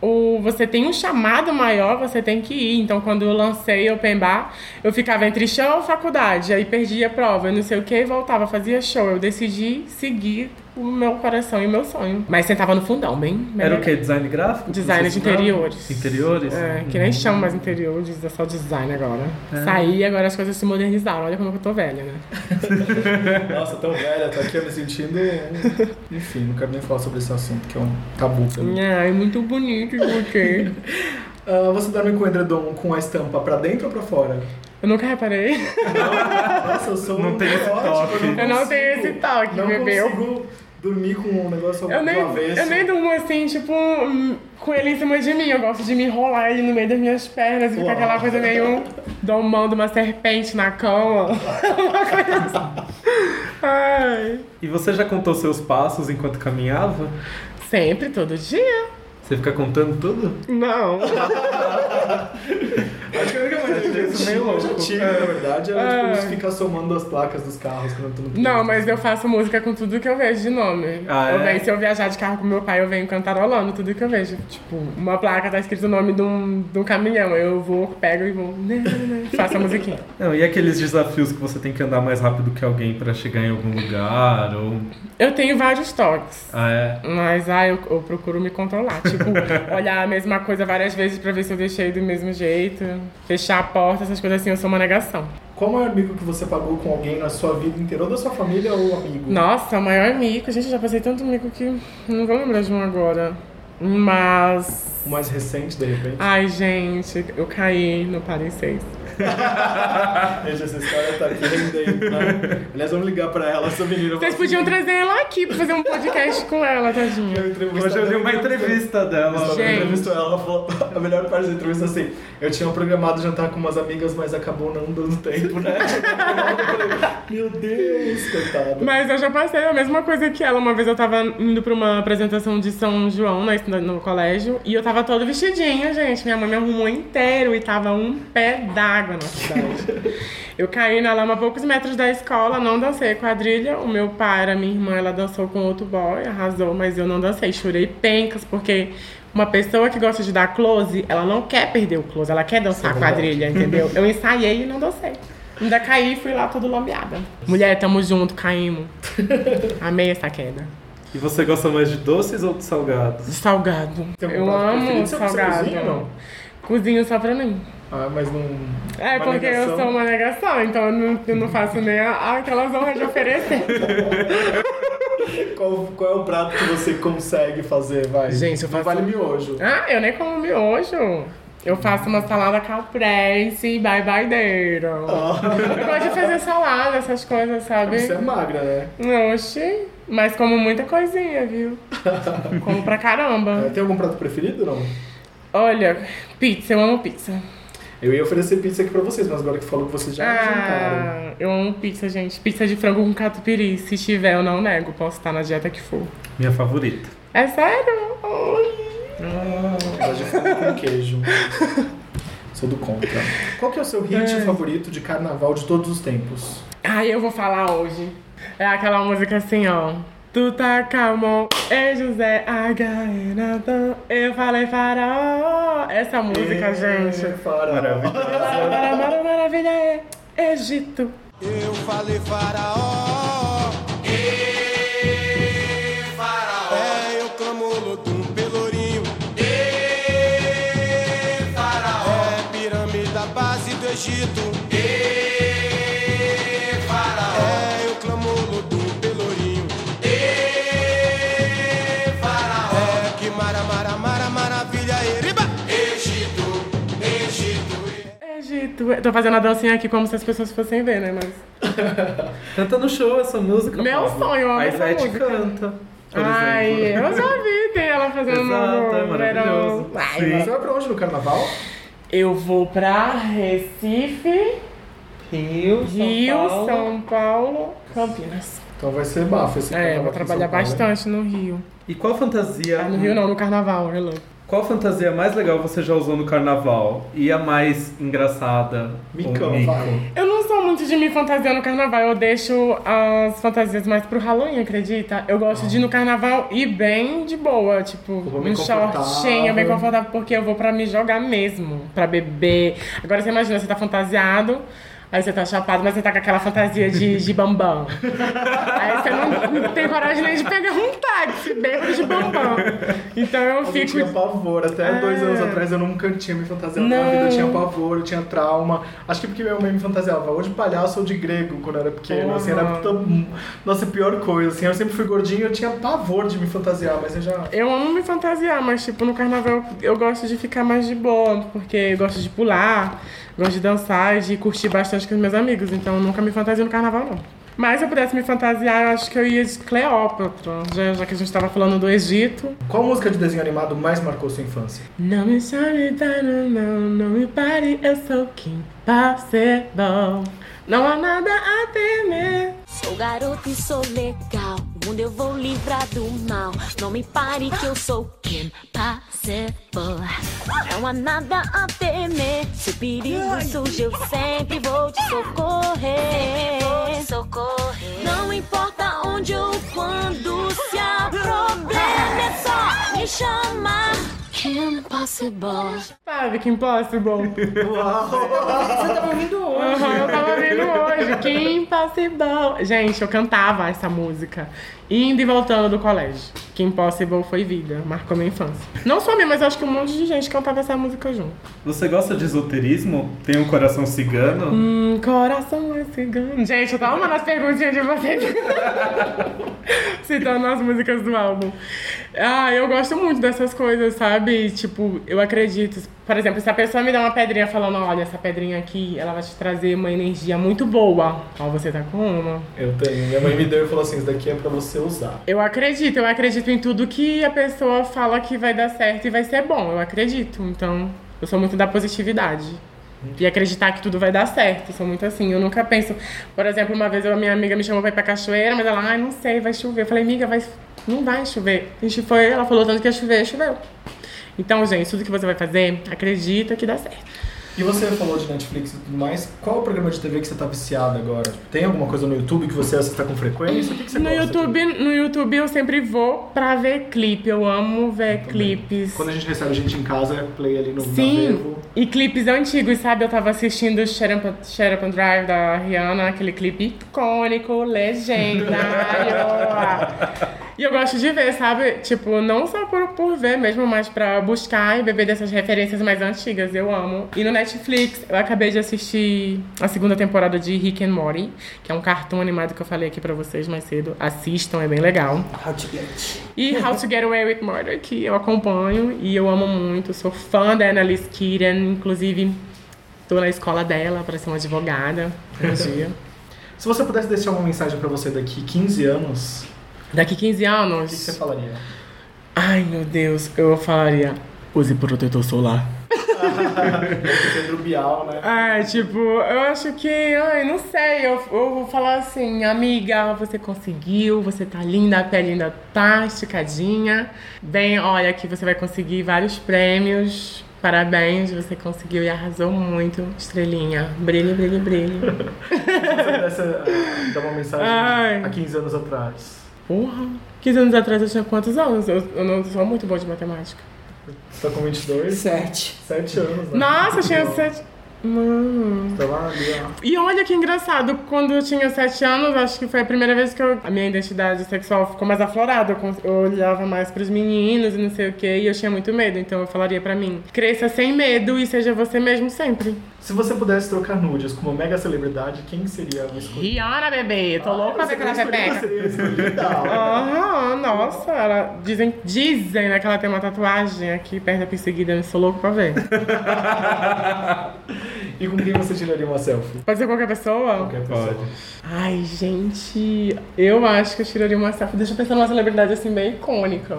o, você tem um chamado maior, você tem que ir. Então, quando eu lancei Open Bar, eu ficava entre show e faculdade. Aí perdia a prova, eu não sei o que, e voltava, fazia show. Eu decidi seguir o meu coração e o meu sonho. Mas sentava no fundão, bem... bem Era o quê? Design gráfico? Você Design de estudava? interiores. Interiores? É, que nem chama mais interior, diz é só design agora. Saí, agora as coisas se modernizaram. Olha como eu tô velha, né? Nossa, tão velha, tô aqui eu me sentindo. um- Enfim, não quero nem falar sobre esse assunto, que é um tabu pra mim. Ai, muito bonito de você. Ah, você dorme com o edredom com a estampa pra dentro ou pra fora? Eu nunca reparei. Nossa, eu sou Não um tem esse neurótico, toque. Eu não tenho consigo- esse toque, não bebê. consigo dormir com um negócio Eu do nem, avesso. eu nem durmo assim, tipo, hum, com ele em cima de mim. Eu gosto de me enrolar ele no meio das minhas pernas e ficar Uau. aquela coisa meio domando uma serpente na cama. (laughs) uma coisa assim. Ai. E você já contou seus passos enquanto caminhava? Sempre, todo dia? Você fica contando tudo? Não. Acho que a única maneira que eu Isso é meio tinha- eu já louco. tive, na verdade, era tipo, É. isso ficar somando as placas dos carros quando eu tô no trânsito. Não, mas eu faço música com tudo que eu vejo de nome. Ah, eu é? venho- se eu viajar de carro com meu pai, eu venho cantarolando tudo que eu vejo. Tipo, uma placa tá escrito o nome de um, de um caminhão. Eu vou, pego e vou. né, né, Faço a musiquinha. Não, e aqueles desafios que você tem que andar mais rápido que alguém pra chegar em algum lugar? Ou... Eu tenho vários toques. Ah, é? Mas ah, eu, eu procuro me controlar. (laughs) Tipo, olhar a mesma coisa várias vezes pra ver se eu deixei do mesmo jeito. Fechar a porta, essas coisas assim, eu sou uma negação. Qual o maior amigo que você pagou com alguém na sua vida inteira, ou da sua família ou amigo? Nossa, o maior mico. Gente, eu já passei tanto mico que não vou lembrar de um agora. Mas O mais recente, de repente? Ai, gente, eu caí no Paris 6. Ah. Gente, essa história tá aqui rendendo, (laughs) né? Aliás, vamos ligar pra ela, essa menina. Vocês podiam trazer ela aqui pra fazer um podcast com ela, tadinha. Hoje eu li uma entrevista dela. um Ela Gente. entrevistou ela, ela falou, a melhor parte da entrevista é assim, eu tinha programado jantar com umas amigas, mas acabou não dando tempo, né? (laughs) Eu falei, Meu Deus, coitada. Mas eu já passei a mesma coisa que ela. Uma vez eu tava indo pra uma apresentação de São João né, na- no, colégio e eu tava todo vestidinha, gente. Minha mãe me arrumou inteiro e tava um pé d'água na cidade. Eu caí na lama a poucos metros da escola, não dancei quadrilha. O meu pai, a minha irmã, ela dançou com outro boy, arrasou, mas eu não dancei. Chorei pencas, porque uma pessoa que gosta de dar close, ela não quer perder o close, ela quer dançar É quadrilha, entendeu? Eu ensaiei e não dancei. (laughs) Ainda caí e fui lá todo lambeada. Mulher, tamo junto, caímos. Amei essa queda. E você gosta mais de doces ou de salgados? Salgado. Tem algum eu prato preferido? amo Você- você salgado. cozinha, não? Cozinho só pra mim. Ah, mas não. É, uma porque eu negação. sou uma negação, então eu não, eu não faço nem a- aquelas honras de oferecer. Qual, qual é o prato que você consegue fazer, vai? Gente, eu faço- Não vale miojo. ah, eu nem como miojo. Eu faço uma salada caprese e bye bye deiro. Oh. Eu gosto de fazer salada, essas coisas, sabe? Você é magra, né? Não, oxi. Mas como muita coisinha, viu? Como pra É, caramba. Tem algum prato preferido, não? Olha, pizza, eu amo pizza. Eu ia oferecer pizza aqui pra vocês, mas agora que falou que vocês já jantaram. Ah, eu amo pizza, gente. Pizza de frango com catupiry. Se tiver, eu não nego. Posso estar na dieta que for. Minha favorita. É sério? Ui. Mas de frango com queijo. (laughs) Sou do contra. Qual que é o seu hit favorito de carnaval de todos os tempos? Ai, eu vou falar hoje. É aquela música assim, ó. Tu tá calmo, ei José H. Eu falei farol. Essa música, gente. Maravilha. Mara- mara- Maravilha é Egito. Eu falei faraó. E faraó. É, eu clamo Lodum Pelourinho. E faraó. É, pirâmide da base do Egito. E faraó. É, eu clamo Lodum Pelourinho. E faraó. É, que mara, mara, mara, maravilha. Eriba. Egito, Egito. Egito. Eu tô fazendo a dancinha aqui como se as pessoas fossem ver, né? Mas. Canta no show essa música. Meu Pablo. sonho, eu amo A essa Ivete música. canta. Por Ai, exemplo. eu já vi, tem ela fazendo Exato, é no maravilhoso. verão. Ai, Sim. Você vai pra onde no carnaval? Eu vou pra Recife, Rio, São Rio, Paulo. São Paulo, Campinas. Então vai ser bafo esse carnaval. É, eu vou aqui em trabalhar São Paulo, né? hein? bastante no Rio. E qual fantasia. Ah, no Rio não, no Carnaval, é louco. Qual fantasia mais legal você já usou no carnaval? E a mais engraçada? ou Micão, mico? vai. Eu não sou muito de me fantasiar no Carnaval, eu deixo as fantasias mais pro Halloween, acredita? Eu gosto de ir no Carnaval e bem de boa, tipo, Roupa bem um shortinho bem confortável. confortável, porque eu vou pra me jogar mesmo, pra beber. Agora você imagina, você tá fantasiado... Aí você tá chapado, mas você tá com aquela fantasia de, de bambão. Aí você não, não tem coragem nem de pegar um táxi, bêbado de bambão. Então eu Eu fico. tinha pavor. Até É. dois anos atrás eu nunca tinha me fantasiado na Não. vida. Eu tinha pavor, eu tinha trauma. Acho que porque minha mãe me fantasiava ou de palhaço ou de grego quando eu era pequeno. Assim, era Porra. tão- nossa, a pior coisa. Assim, eu sempre fui gordinho e eu tinha pavor de me fantasiar, mas eu já. Eu amo me fantasiar, mas tipo, no carnaval eu gosto de ficar mais de boa, porque eu gosto de pular, gosto de dançar e de curtir bastante com os meus amigos, então eu nunca me fantasio no carnaval, não. Mas se eu pudesse me fantasiar, eu acho que eu ia de Cleópatra, já, já que a gente tava falando do Egito. Qual música de desenho animado mais marcou sua infância? Não me chame, tá, não, não, não me pare, eu sou quem ser bom. Não há nada a temer. Sou garoto e sou legal. Mundo eu vou livrar do mal. Não me pare que eu sou Kim Possible. Não há nada a temer. Se o perigo surge, eu sempre vou te socorrer. socorrer. Não importa onde ou quando, se há problema é só me chamar. Kim Possible. Sabe que impossible? Você tava ouvindo hoje. Aham, eu tava vendo hoje. Que Impossible. Gente, eu cantava essa música. Indo e voltando do colégio. Que Impossible foi vida. Marcou minha infância. Não só minha, mas acho que um monte de gente cantava essa música junto. Você gosta de esoterismo? Tem um coração cigano? Hum, coração é cigano. Gente, eu tava amando as perguntinhas de vocês. (laughs) Citando as músicas do álbum. Ah, eu gosto muito dessas coisas, sabe? Tipo, eu acredito. Por exemplo, se a pessoa me dá uma pedrinha falando, olha, essa pedrinha aqui, ela vai te trazer uma energia muito boa. Ó, você tá com uma. Eu tenho. Minha mãe me deu e falou assim: Isso daqui é pra você usar. Eu acredito, eu acredito em tudo que a pessoa fala que vai dar certo e vai ser bom. Eu acredito. Então, eu sou muito da positividade. Uhum. E acreditar que tudo vai dar certo. Eu sou muito assim. Eu nunca penso. Por exemplo, uma vez a minha amiga me chamou pra ir pra cachoeira, mas ela, ai, não sei, vai chover. Eu falei, amiga, vai... não vai chover. A gente foi, ela falou tanto que ia chover, choveu. Então, gente, tudo que você vai fazer, acredita que dá certo. E você falou de Netflix e tudo mais. Qual o programa de TV que você tá viciado agora? Tipo, Tem alguma coisa no YouTube que você assista com frequência? O que, que você No gosta? YouTube, no YouTube eu sempre vou pra ver clipe. Eu amo ver clipes. Quando a gente recebe gente em casa, é play ali no na Sim, Vevo. e clipes antigos, sabe? Eu tava assistindo Shut Up, Shut Up and Drive da Rihanna, aquele clipe icônico, legendário. E eu gosto de ver, sabe? Tipo, não só por, por ver mesmo, mas pra buscar e beber dessas referências mais antigas. Eu amo. E no Netflix, eu acabei de assistir a segunda temporada de Rick and Morty, que é um cartoon animado que eu falei aqui pra vocês mais cedo. Assistam, é bem legal. Hot Get. E How to Get Away with Murder, que eu acompanho e eu amo muito. Sou fã da Annalise Keating, inclusive tô na escola dela para ser uma advogada um dia. Se você pudesse deixar uma mensagem pra você daqui 15 anos, Daqui 15 o que você anos, falaria? ai meu Deus, eu falaria, use protetor solar. Pedro Bial, né? Ai, tipo, eu acho que, ai, não sei, eu, eu vou falar assim, amiga, você conseguiu, você tá linda, a pele ainda tá esticadinha. Bem, olha que você vai conseguir vários prêmios. Parabéns, você conseguiu e arrasou muito, estrelinha. Brilhe, brilhe, brilhe. Se você pudesse ah, dar uma mensagem Ai. há 15 anos atrás. Porra! 15 anos atrás eu tinha quantos anos? Eu, eu não sou muito boa de matemática. Você tá com 22, Sete. 7 anos, né? Nossa, eu tinha Então, 7. Mano. Tá lá, ali, ó. E olha que engraçado, quando eu tinha 7 anos, acho que foi a primeira vez que eu- a minha identidade sexual ficou mais aflorada. Eu, cons- eu olhava mais pros meninos e não sei o que, e eu tinha muito medo. Então eu falaria pra mim: cresça sem medo e seja você mesmo sempre. Se você pudesse trocar nudes com uma mega celebridade, quem seria a escolha? Rihanna, bebê, Ah, tô louca pra ver aquela é pepeca. Seria a Então, escolhida. Aham, nossa, ela, dizem, dizem né, que ela tem uma tatuagem aqui perto da perseguida, eu sou louco pra ver. E com quem você tiraria uma selfie? Pode ser qualquer pessoa? Qualquer pessoa. Pode. Ai, gente, eu acho que eu tiraria uma selfie. Deixa eu pensar numa celebridade assim bem icônica.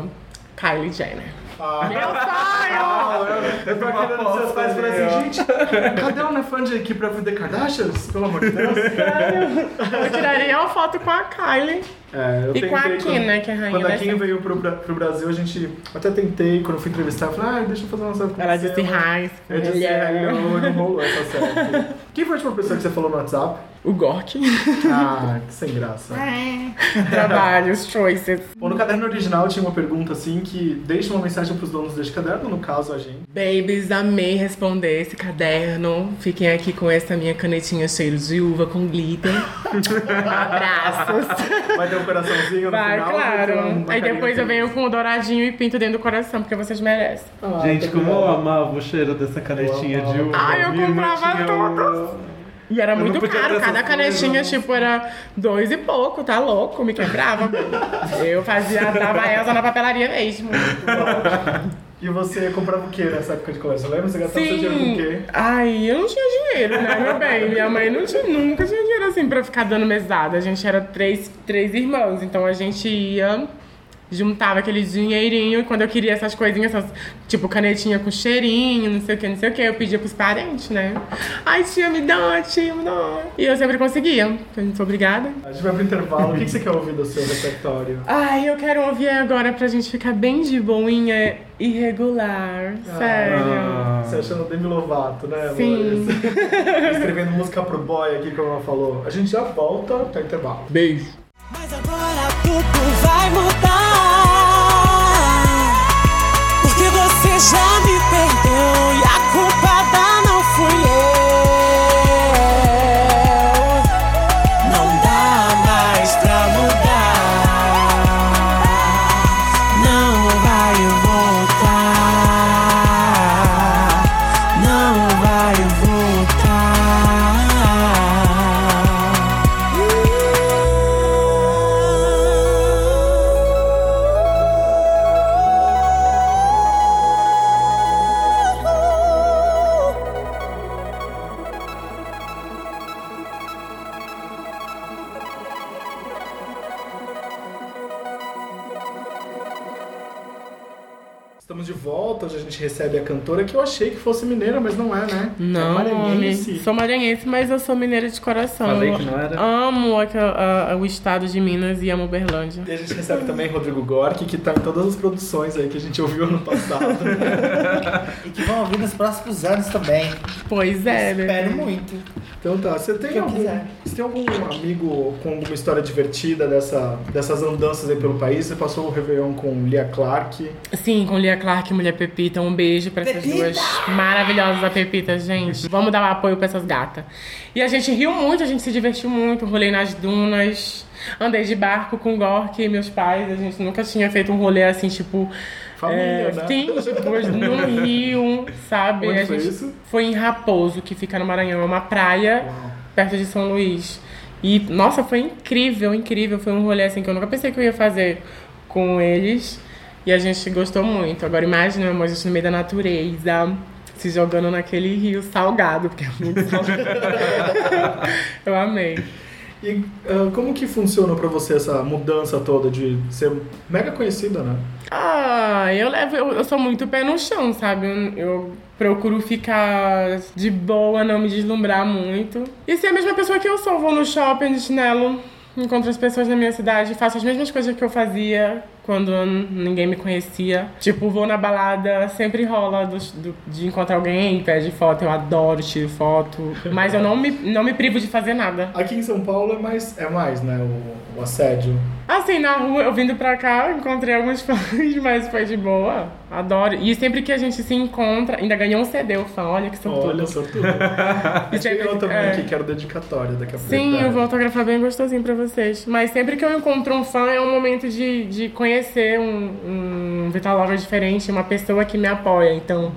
Kylie Jenner. Ah, Meu sonho! eu tô aqui olhando seus pais e falando assim, gente, cadê o Nefand aqui pra ver The Kardashians? Pelo amor de Deus. (laughs) Eu tiraria uma foto com a Kylie. É, eu E com a tentei Kim, quando- né, que é a rainha Quando a da Kim selfie. veio pro, Bra- pro Brasil, a gente até tentei, quando eu fui entrevistar, eu falei, ah, deixa eu fazer uma selfie com Ela você, disse mas- hi. né? Eu disse, "É, não, não rolou essa selfie. Quem foi a última pessoa que você falou no WhatsApp? O Gork. (laughs) Ah, que sem graça. Trabalhos, choices. Bom, no caderno original tinha uma pergunta assim que deixa uma mensagem pros donos deste caderno, no caso a gente. Babies, amei responder esse caderno. Fiquem aqui com essa minha canetinha cheiro de uva com (laughs) glitter. Abraços. Vai ter um coraçãozinho no Vai, final. claro. uma Aí carinha depois eu feliz. venho com o douradinho e pinto dentro do coração, porque vocês merecem. Ah, Gente, tá como eu legal. amava o cheiro dessa canetinha de uva. Ai, eu Minha irmã comprava tinha todas. E era Eu não muito podia caro, ter essas cada canetinha, coisas, não. tipo, era dois e pouco, tá louco, me quebrava. (laughs) eu fazia, dava Elsa na papelaria mesmo. E você comprava o que nessa época de colégio? Lembra? Então, Você gastava seu dinheiro com o Sim. quê? Ai, eu não tinha dinheiro, né, meu bem? Minha mãe não tinha, nunca tinha dinheiro assim pra ficar dando mesada. A gente era três, três irmãos, então a gente ia. Juntava aquele dinheirinho e quando eu queria essas coisinhas, essas, tipo canetinha com cheirinho, não sei o que, não sei o que, eu pedia pros parentes, né? Ai, tia, me dá, tia, me dá. E eu sempre conseguia, eu não sou obrigada. A gente vai pro intervalo. O que que você quer ouvir do seu repertório? Ai, eu quero ouvir agora pra gente ficar bem de boinha irregular, sério. Ah. Você achando Demi Lovato, né, amor? Sim. Escrevendo música pro boy aqui, como ela falou. A gente já volta, tá intervalo. Beijo. Mas agora tudo vai mudar. Porque você já me perdeu e a culpada não fui eu. Não dá mais pra mudar. Não vai voltar. Não vai voltar. Estamos de volta, hoje a gente recebe a cantora que eu achei que fosse mineira, mas não é, né? Não, é homem. maranhense. Sou maranhense, mas eu sou mineira de coração. Falei Eu que não era. Amo a- a- a- o estado de Minas e amo Uberlândia. E a gente recebe também Rodrigo Gork, que tá em todas as produções aí que a gente ouviu ano (laughs) passado. E que vão ouvir nos próximos anos também. Pois é, Espero bebê. muito. então tá, você tem Que eu algum... quiser. Você Você tem algum amigo com alguma história divertida dessa, dessas andanças aí pelo país? Você passou o Réveillon com Lia Clark. Sim, com Lia Clark e Mulher Pepita. Um beijo pra essas Pepita! duas maravilhosas da Pepita, gente. Vamos dar um apoio pra essas gatas. E a gente riu muito, a gente se divertiu muito. Rolei nas dunas. Andei de barco com Gork e meus pais. A gente nunca tinha feito um rolê assim, tipo... Família, é, né? Sim, tipo, no rio, sabe? Onde a foi gente isso? foi em Raposo, que fica no Maranhão. É uma praia perto de São Luís. E, nossa, foi incrível, incrível. Foi um rolê assim que eu nunca pensei que eu ia fazer com eles. E a gente gostou muito. Agora imagina, meu amor, a gente no meio da natureza, se jogando naquele rio salgado, porque é muito (laughs) salgado. eu amei. E ah, como que funcionou pra você essa mudança toda de ser mega conhecida, né? Ah, eu levo, eu, eu sou muito pé no chão, sabe? Eu, eu procuro ficar de boa, não me deslumbrar muito. E ser a mesma pessoa que eu sou, vou no shopping de chinelo, encontro as pessoas na minha cidade, faço as mesmas coisas que eu fazia quando n- ninguém me conhecia. Tipo, vou na balada, sempre rola dos- do- de encontrar alguém, pede foto, eu adoro tirar foto. Mas eu não me, não me privo de fazer nada. Aqui em São Paulo é mais, é mais né? O, o assédio. Assim, na rua, eu vindo pra cá, eu encontrei alguns (laughs) fãs, mas foi de boa. Adoro. E sempre que a gente se encontra, ainda ganhei um CD, o fã. Olha que Olha, sortudo. (laughs) sortudo. E E tem sempre- eu também é. aqui, quero dedicatória daqui a pouco. Sim, né? eu vou autografar bem gostosinho pra vocês. Mas sempre que eu encontro um fã, é um momento de, de conhecer um, um Vital Lover diferente, uma pessoa que me apoia. Então,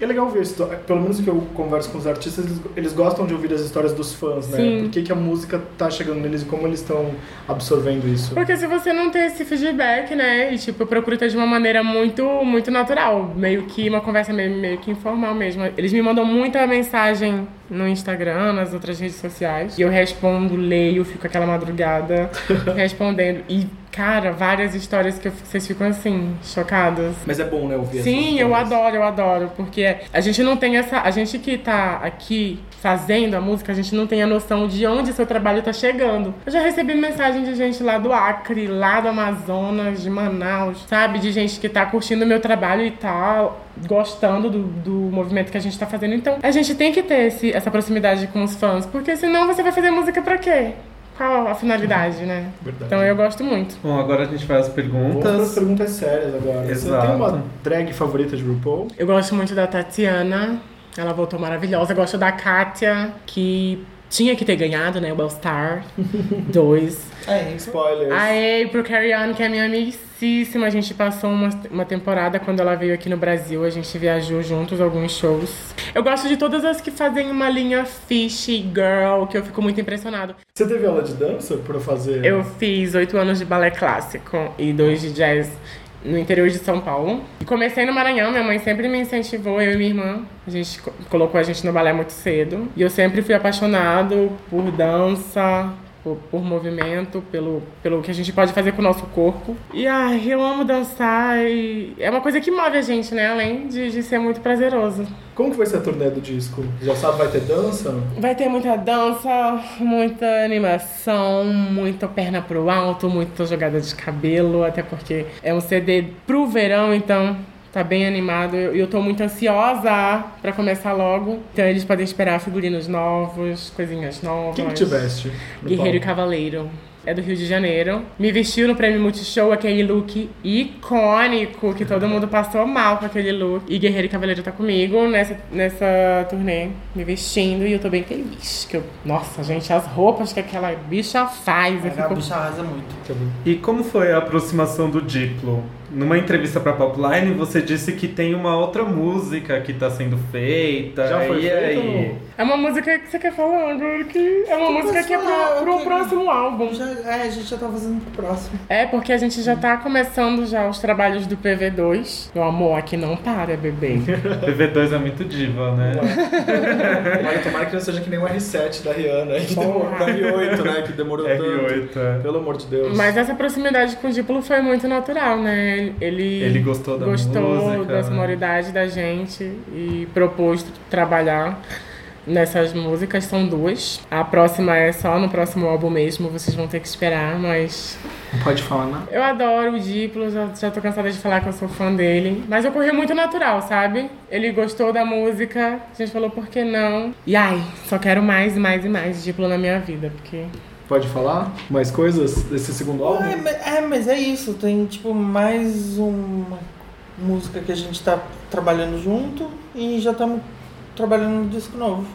E É legal ver, histó- pelo menos o que eu converso com os artistas, eles, eles gostam de ouvir as histórias dos fãs, né? Sim. Por que, que a música tá chegando neles e como eles estão absorvendo isso. Porque se você não tem esse feedback, né? E tipo, eu procuro ter de uma maneira muito, muito natural. Meio que uma conversa meio, meio que informal mesmo. Eles me mandam muita mensagem no Instagram, nas outras redes sociais. E eu respondo, leio, fico aquela madrugada respondendo. E, cara, várias histórias que eu- vocês ficam assim, chocadas. Mas é bom, né, ouvir essas Sim, eu histórias. adoro, eu adoro, porque a gente não tem essa. A gente que tá aqui fazendo a música, a gente não tem a noção de onde seu trabalho tá chegando. Eu já recebi mensagem de gente lá do Acre, lá do Amazonas, de Manaus, sabe? De gente que tá curtindo o meu trabalho e tá gostando do, do movimento que a gente tá fazendo. Então, a gente tem que ter esse, essa proximidade com os fãs, porque senão você vai fazer música pra quê? Qual a finalidade, né? Verdade. Então eu gosto muito. Bom, agora a gente faz as Vamos para as perguntas. perguntas sérias agora. Você Exato. tem uma drag favorita de RuPaul? Eu gosto muito da Tatiana. Ela voltou maravilhosa. Eu gosto da Kátia, que tinha que ter ganhado, né? O All Star 2. É isso. Spoilers. Aê, pro Carrie On, que é minha amicíssima. A gente passou uma, uma temporada quando ela veio aqui no Brasil. A gente viajou juntos alguns shows. Eu gosto de todas as que fazem uma linha fishy girl, que eu fico muito impressionado. Você teve aula de dança pra fazer? Eu fiz oito anos de balé clássico e dois de jazz no interior de São Paulo. E comecei no Maranhão, minha mãe sempre me incentivou, eu e minha irmã. A gente co- colocou a gente no balé muito cedo. E eu sempre fui apaixonado por dança, por, por movimento, pelo, pelo que a gente pode fazer com o nosso corpo. E ai, eu amo dançar e é uma coisa que move a gente, né? Além de, de ser muito prazeroso. Como que vai ser a turnê do disco? Já sabe, vai ter dança? Vai ter muita dança, muita animação, muita perna pro alto, muita jogada de cabelo, até porque é um CD pro verão, então tá bem animado. E eu, eu tô muito ansiosa pra começar logo. Então eles podem esperar figurinos novos, coisinhas novas. Quem que te veste? no Guerreiro e palco? Cavaleiro. É do Rio de Janeiro. Me vestiu no prêmio Multishow, aquele look icônico, que todo mundo passou mal com aquele look. E Guerreiro e Cavaleiro tá comigo nessa, nessa turnê, me vestindo, e eu tô bem feliz. Que eu- nossa, gente, as roupas que aquela bicha faz. Eu A fico bicha arrasa muito. E como foi a aproximação do Diplo? Numa entrevista pra Popline, você disse que tem uma outra música que tá sendo feita. Já foi e feito? aí? É uma música que você quer falar agora que. É uma Eu música posso que é pro, falar, eu pro quero- próximo álbum. Já, é, a gente já tá fazendo pro próximo. É, porque a gente já tá começando já os trabalhos do PV2. Meu amor, aqui não para, bebê. PV2 é muito diva, né? Tomara, tomara que não seja que nem o R7 da Rihanna, que demorou, Porra. (laughs) da R8, né? Que demorou tanto. R8. é. Pelo amor de Deus. Mas essa proximidade com o Diplo foi muito natural, né? Ele, Ele gostou da gostou música, da né? sonoridade da gente e propôs trabalhar. nessas músicas, são duas. A próxima é só no próximo álbum mesmo, vocês vão ter que esperar, mas Não pode falar nada. eu adoro o Diplo, já, já tô cansada de falar que eu sou fã dele. Mas ocorreu muito natural, sabe? Ele gostou da música, a gente falou por que não. E ai, só quero mais e mais e mais Diplo na minha vida, porque Pode falar mais coisas desse segundo álbum? É, mas- É, mas é isso. Tem, tipo, mais uma música que a gente tá trabalhando junto e já estamos trabalhando no disco novo.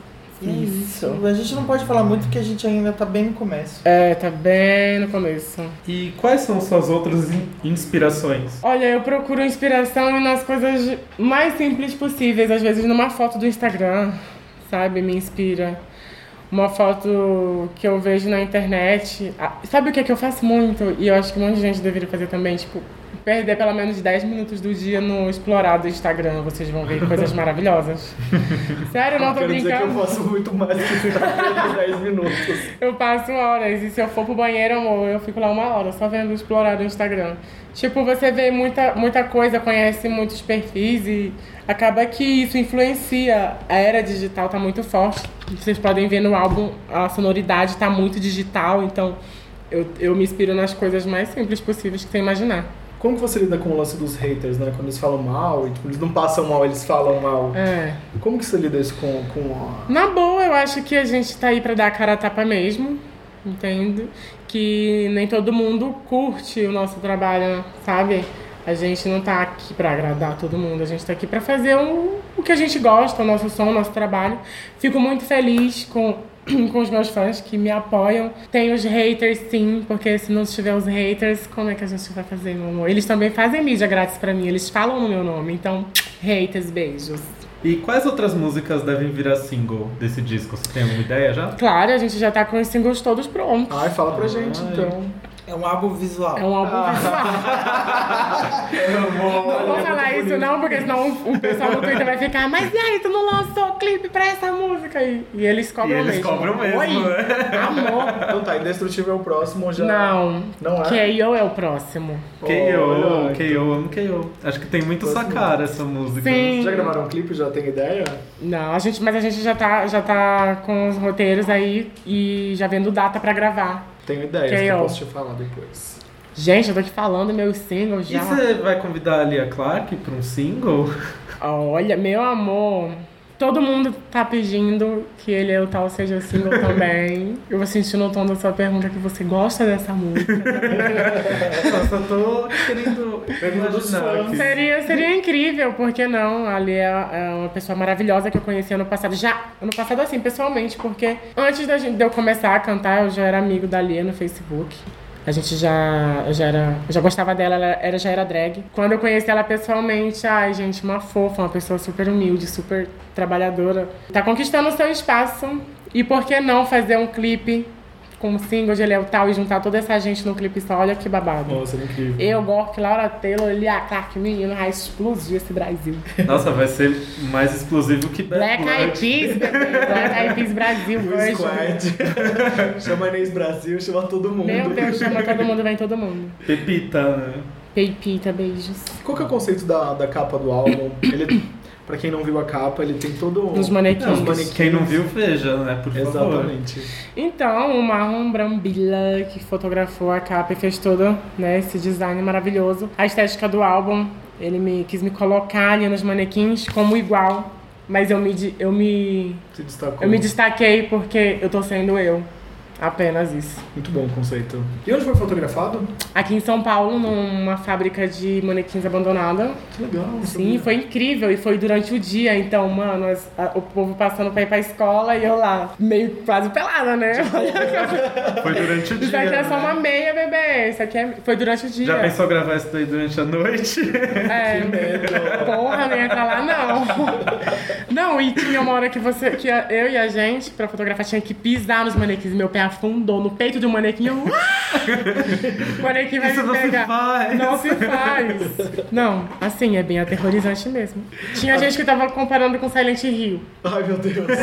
E é Isso. isso. A gente não pode falar muito porque a gente ainda tá bem no começo. é, tá bem no começo. E quais são suas outras in- inspirações? Olha, eu procuro inspiração nas coisas mais simples possíveis. Às vezes numa foto do Instagram, sabe? Me inspira. Uma foto que eu vejo na internet. Ah, Sabe o que é que eu faço muito? E eu acho que um monte de gente deveria fazer também, tipo... Perder pelo menos 10 minutos do dia no explorar do Instagram. Vocês vão ver (laughs) coisas maravilhosas. Sério, não tô Quero dizer que brincando. eu faço muito mais que tá (laughs) em 10 minutos. Eu passo horas e se eu for pro banheiro, amor, eu fico lá uma hora só vendo explorar o Instagram. Tipo, você vê muita, muita coisa, conhece muitos perfis e acaba que isso influencia. A era digital tá muito forte. Vocês podem ver no álbum, a sonoridade tá muito digital, então eu, eu me inspiro nas coisas mais simples possíveis que você imaginar. Como que você lida com o lance dos haters, né? Quando eles falam mal, e tipo, eles não passam mal, eles falam mal. É. Como que você lida isso com, com a... Na boa, eu acho que a gente tá aí pra dar a cara a tapa mesmo, entendo? Que nem todo mundo curte o nosso trabalho, sabe? A gente não tá aqui pra agradar todo mundo, a gente tá aqui pra fazer o, o que a gente gosta, o nosso som, o nosso trabalho. Fico muito feliz com, (clears throat) com os meus fãs que me apoiam. Tem os haters, sim, porque se não tiver os haters, como é que a gente vai fazer, meu amor? Eles também fazem mídia grátis pra mim, eles falam no meu nome, então, haters, beijos. E quais outras músicas devem virar single desse disco? Você tem alguma ideia já? Claro, a gente já tá com os singles todos prontos. Ai, fala pra gente, então. É um álbum visual. É um álbum visual. Não vou falar isso não, porque senão o pessoal do Twitter vai ficar Mas e aí, tu não lançou clipe pra essa música? E, e eles cobram E eles mesmo. cobram mesmo, Oi, né? amor. Então tá, Indestrutível é o próximo (laughs) já... Não, Não é? K.O. é o próximo. Olha, KO, KO, amo KO. Acho que tem muito sua cara essa música. Sim. Já gravaram um clipe? Já tem ideia? Não, a gente, mas a gente já tá, já tá com os roteiros aí e já vendo data pra gravar. Tenho ideias que Quem eu é? posso te falar depois. Gente, eu tô aqui falando meus singles E já. é você vai convidar a Lia Clark pra um single? Ah, Olha, meu amor, todo mundo tá pedindo que ele é o tal seja o single também. Eu vou sentir no tom da sua pergunta que você gosta dessa música. Nossa, eu tô querendo Pergunta dos imaginar fãs. aqui. seria, seria incrível, por que não? Ali é, é uma pessoa maravilhosa que eu conheci ano passado. Já, ano passado assim, pessoalmente, porque antes da gente, de eu começar a cantar, eu já era amigo da Lia no Facebook. A gente já, eu já era, eu já gostava dela, ela era, já era drag. Quando eu conheci ela pessoalmente, ai gente, uma fofa, uma pessoa super humilde, super trabalhadora. Tá conquistando o seu espaço. E por que não fazer um clipe com um single de Ele é o Tal e juntar toda essa gente num clipe só? Olha que babado. Nossa, é incrível. Eu, Gork, Laura Taylor, Lia Clark, menino, vai explodir esse Brasil. é Nossa, vai ser mais explosivo que né? Bad Black Blood. (laughs) Eyed Peas, bebê. Black Eyed Peas é Brasil, O hoje. é (laughs) Squad. chama Inês Brasil, chama todo mundo. Meu Deus, chama todo mundo, vem todo mundo. Pepita, né? Peipita, beijos. Qual que é o conceito da, da capa do álbum? Ele, pra quem não viu a capa, ele tem todo um... Dos manequins. Não, os manequins. Quem não viu, veja, né? Por favor. Exatamente. Então, o Marlon Brambilla, que fotografou a capa e fez todo né, esse design maravilhoso. A estética do álbum, ele me quis me colocar ali nos manequins como igual. Mas eu me, di- eu me, Se destacou. eu me destaquei porque eu tô sendo eu. Apenas isso. Muito bom o conceito. E onde foi fotografado? Aqui em São Paulo, numa fábrica de manequins abandonada. Que legal. não Sim, sabia. foi incrível e foi durante o dia, então, mano, as- a- o povo passando pra ir pra escola e eu lá, meio quase pelada, né? Foi durante o dia. (laughs) Isso aqui é só né? uma meia, bebê. Isso aqui é... foi durante o dia. Já pensou gravar isso daí durante a noite? É. Porra, não ia pra lá, não. Não, e tinha uma hora que você. Que a- eu e a gente, pra fotografar, tinha que pisar nos manequins. Meu pé afundou no peito de um manequim. Eu... O manequim vai Isso me não se pegar. faz. Não se faz. Não, assim, é bem aterrorizante mesmo. Tinha gente que tava comparando com Silent Hill. Ai, meu Deus.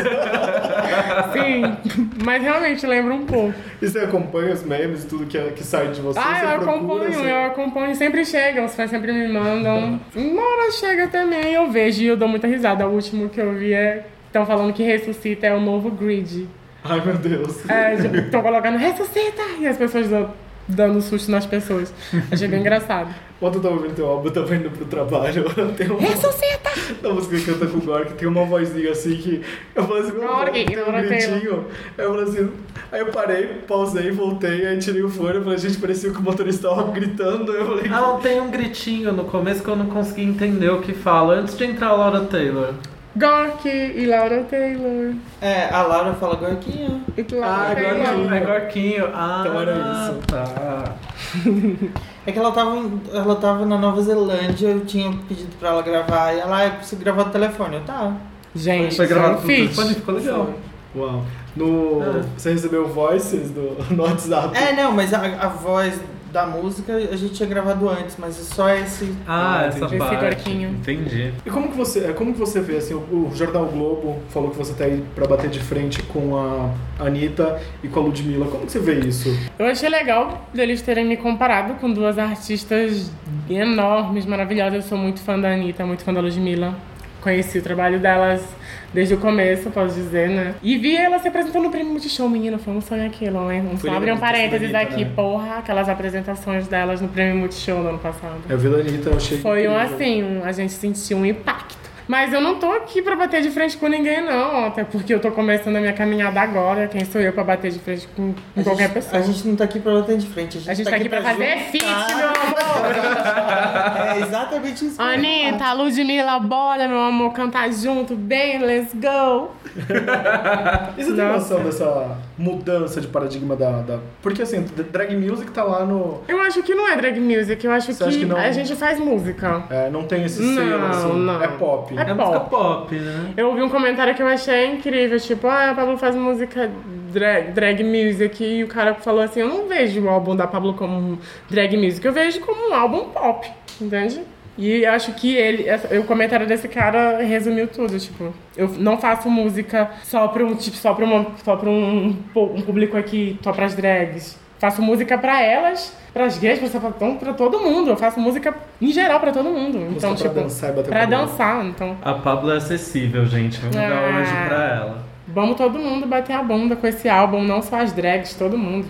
Sim, mas realmente lembra um pouco. E você acompanha os memes e tudo que, é- que sai de você? Ah, você eu procura, assim. acompanho, assim. você- eu acompanho, sempre chegam, os fãs sempre me mandam. Uma hora chega também, eu vejo e eu dou muita risada. O último que eu vi é Estão falando que ressuscita é o novo grid. Ai, meu Deus. (laughs) É, estão colocando ressuscita e as pessoas dão- dando susto nas pessoas. Achei (laughs) bem engraçado. Quando eu tava ouvindo teu álbum, eu tava indo pro trabalho. (laughs) Tem uma, Ressuscita! uma música que canta com o Gork, tem uma vozinha assim que. Eu falei assim, meu Gorg, Deus, tem um Doroteia. gritinho. Aí eu falei assim. Aí eu parei, pausei, voltei, aí tirei o fone eu falei, gente, parecia que o motorista tava gritando. Aí eu (laughs) falei, Ah. Ela tem um gritinho no começo que eu não consegui entender o que fala antes de entrar a Laura Taylor. Gork e Laura Taylor. É, a Laura fala é." gorquinho. E que Laura Ah, Taylor. Gork. É Gorquinho. Ah, Então era isso. Tá. É que ela tava, em- ela tava na Nova Zelândia, eu tinha pedido pra ela gravar, e ela, ah, eu preciso gravar do telefone. Eu, tá. Gente, é um Foi gravado foi por fit. telefone, ficou legal. Uau. No, É. Você recebeu voices do, no WhatsApp? É, não, mas a, a voz da música a gente tinha gravado antes, mas é só esse. Ah, Ah, essa entendi. Esse parte. Gorquinho. Entendi. E como que você, é, como que você vê, assim, o, o Jornal Globo falou que você tá aí pra bater de frente com a Anitta e com a Ludmilla. Como que você vê isso? Eu achei legal deles terem me comparado com duas artistas enormes, maravilhosas. Eu sou muito fã da Anitta, muito fã da Ludmilla. Conheci o trabalho delas desde o começo, posso dizer, né? E vi elas se apresentando no Prêmio Multishow, menino, foi um sonho aquilo, né? Vamos Foi abrir um legal ter sido parênteses a Anitta, aqui, né? porra, aquelas apresentações delas no Prêmio Multishow do ano passado. É, Eu vi da Anitta, eu achei Foi um incrível. assim, um- a gente sentiu um impacto. Mas eu não tô aqui pra bater de frente com ninguém, não. Até porque eu tô começando a minha caminhada agora. Quem sou eu pra bater de frente com, com A qualquer gente, pessoa? A gente não tá aqui pra bater de frente, a gente, A gente tá aqui pra fazer fit, meu juntar. amor! É exatamente isso. que eu ia Anitta, Ludmilla, bora, meu amor, cantar junto, bem, let's go! E você tem Nossa. noção dessa mudança de paradigma da, da- Porque assim, d- drag music tá lá no. Eu acho que não é drag music, eu acho Você que, acha que não? a gente faz música. é, não tem esse Não, selo, assim. não. É pop. É É música pop. pop, né? Eu ouvi um comentário que eu achei incrível, tipo, ah, a Pablo faz música drag, drag music, e o cara falou assim, eu não vejo o álbum da Pablo como um drag music, eu vejo como um álbum pop, entende? E eu acho que ele, essa- o comentário desse cara resumiu tudo, tipo, eu não faço música só pra um, tipo, só pra, uma, só pra um, pu- um público aqui, só pras drags. Faço música pra elas, pras gays, pra, sapatão, pra todo mundo. Eu faço música em geral pra todo mundo. Então, pra tá tipo, dançar e bater pra palma. dançar, então. A Pablo é acessível, gente. Vamos dar Ah. hoje pra ela. Vamos todo mundo bater a bunda com esse álbum, não só as drags, todo mundo.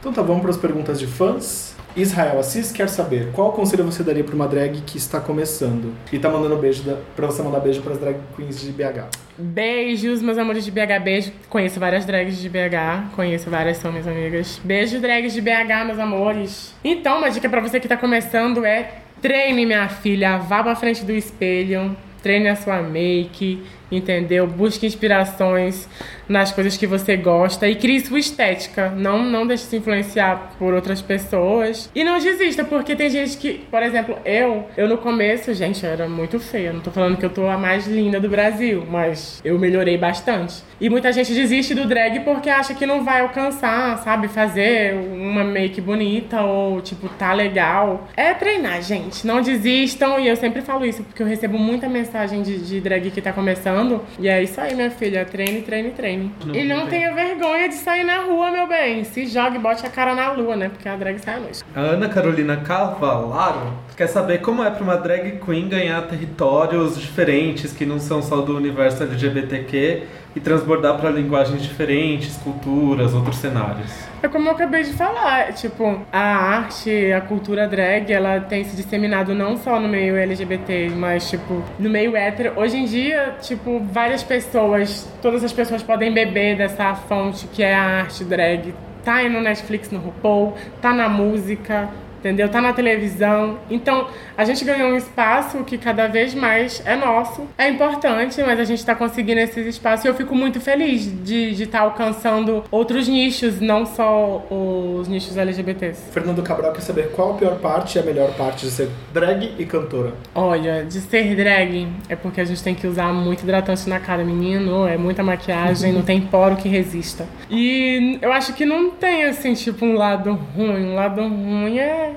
Então tá, vamos para as perguntas de fãs. Israel Assis quer saber qual conselho você daria pra uma drag que está começando e tá mandando beijo da, pra você mandar beijo pras drag queens de BH. Beijos, meus amores de BH, beijo. Conheço várias drags de BH, conheço várias são minhas amigas. Beijo, drags de BH, meus amores. Então, uma dica pra você que tá começando é treine, minha filha, vá pra frente do espelho, treine a sua make, entendeu? Busque inspirações nas coisas que você gosta e crie sua estética. Não, não deixe se influenciar por outras pessoas. E não desista, porque tem gente que, por exemplo, eu, eu no começo, gente, eu era muito feia. Não tô falando que eu tô a mais linda do Brasil, mas eu melhorei bastante. E muita gente desiste do drag porque acha que não vai alcançar, sabe? Fazer uma make bonita ou, tipo, tá legal. É treinar, gente. Não desistam. E eu sempre falo isso porque eu recebo muita mensagem de, de drag que tá começando. E é isso aí, minha filha. Treine, treine, treine. Não, e não não tem. tenha vergonha de sair na rua, meu bem. Se jogue, bote a cara na lua, né? Porque a drag sai à noite. A Ana Carolina Cavalaro quer saber como é pra uma drag queen ganhar territórios diferentes que não são só do universo LGBTQ e transbordar pra linguagens diferentes, culturas, outros cenários. É como eu acabei de falar, tipo, a arte, a cultura drag, ela tem se disseminado não só no meio LGBT, mas, tipo, no meio hétero. Hoje em dia, tipo, várias pessoas, todas as pessoas podem beber dessa fonte que é a arte drag. Tá aí no Netflix, no RuPaul, tá na música, entendeu? Tá na televisão. Então, a gente ganhou um espaço que cada vez mais é nosso. É importante, mas a gente tá conseguindo esses espaços e eu fico muito feliz de estar alcançando outros nichos, não só os nichos LGBTs. Fernando Cabral quer saber qual a pior parte e a melhor parte de ser drag e cantora. Olha, de ser drag é porque a gente tem que usar muito hidratante na cara, menino, é muita maquiagem, não tem poro que resista. E eu acho que não tem assim, tipo, um lado ruim. Um lado ruim é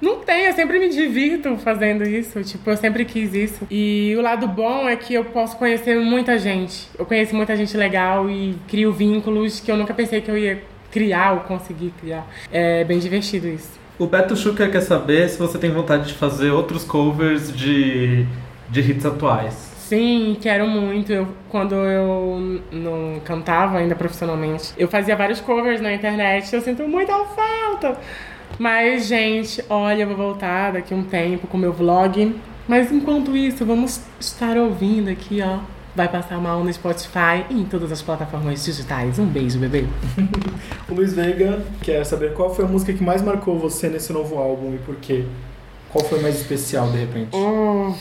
Não tem, eu sempre me divirto fazendo isso, tipo, eu sempre quis isso. E o lado bom é que eu posso conhecer muita gente. Eu conheço muita gente legal e crio vínculos que eu nunca pensei que eu ia criar ou conseguir criar. É bem divertido isso. O Beto Schucker quer saber se você tem vontade de fazer outros covers de, de hits atuais. Sim, quero muito. Eu, quando eu não cantava ainda profissionalmente, eu fazia vários covers na internet. Eu sinto muita falta. Mas, gente, olha, eu vou voltar daqui um tempo com meu vlog. Mas enquanto isso, vamos estar ouvindo aqui, ó. Vai passar mal no Spotify e em todas as plataformas digitais. Um beijo, bebê. O Luiz Veiga quer saber qual foi a música que mais marcou você nesse novo álbum e por quê? Qual foi mais especial, de repente? Hum.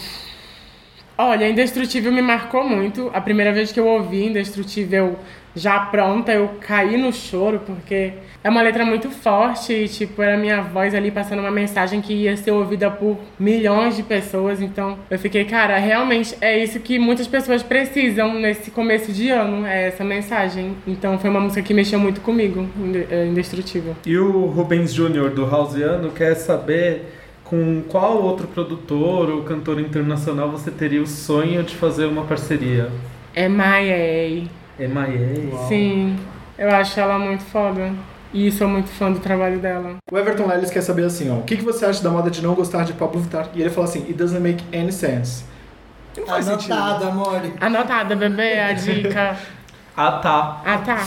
Olha, Indestrutível me marcou muito. A primeira vez que eu ouvi Indestrutível já pronta, eu caí no choro, porque é uma letra muito forte e, tipo, era a minha voz ali passando uma mensagem que ia ser ouvida por milhões de pessoas. Então, eu fiquei, cara, realmente é isso que muitas pessoas precisam nesse começo de ano, é essa mensagem. Então, foi uma música que mexeu muito comigo, Inde- é, Indestrutível. E o Rubens Júnior do Houseiano quer saber com qual outro produtor ou cantor internacional você teria o sonho de fazer uma parceria? É Maiei. M.I.A. Sim, eu acho ela muito foda. E sou muito fã do trabalho dela. O Everton Lelis quer saber assim, ó. O que, que você acha da moda de não gostar de Pablo Vittar? E ele fala assim, it doesn't make any sense. E Não faz sentido. Tá Anotado, amor. Anotada, bebê, (laughs) a dica. Ah, tá. Ah, tá.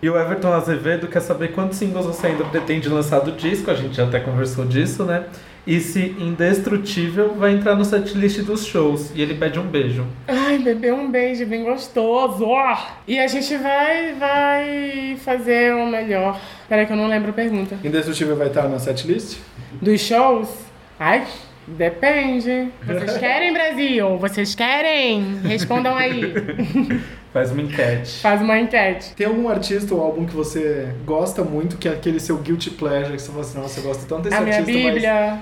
E o Everton Azevedo quer saber quantos singles você ainda pretende lançar do disco, a gente já até conversou disso, né? E se Indestrutível vai entrar no setlist dos shows. E ele pede um beijo. Ai, bebê, um beijo bem gostoso. ó. E a gente vai, vai fazer o melhor. Peraí que eu não lembro a pergunta. Indestrutível vai estar na setlist? Dos shows? Ai, depende. (laughs) Vocês querem, Brasil? Vocês querem? Respondam aí. (laughs) Faz uma enquete. Faz uma enquete. Tem algum artista ou álbum que você gosta muito, que é aquele seu guilty pleasure, que você fala assim, nossa, eu gosto tanto desse É a minha artista, mas... Bíblia.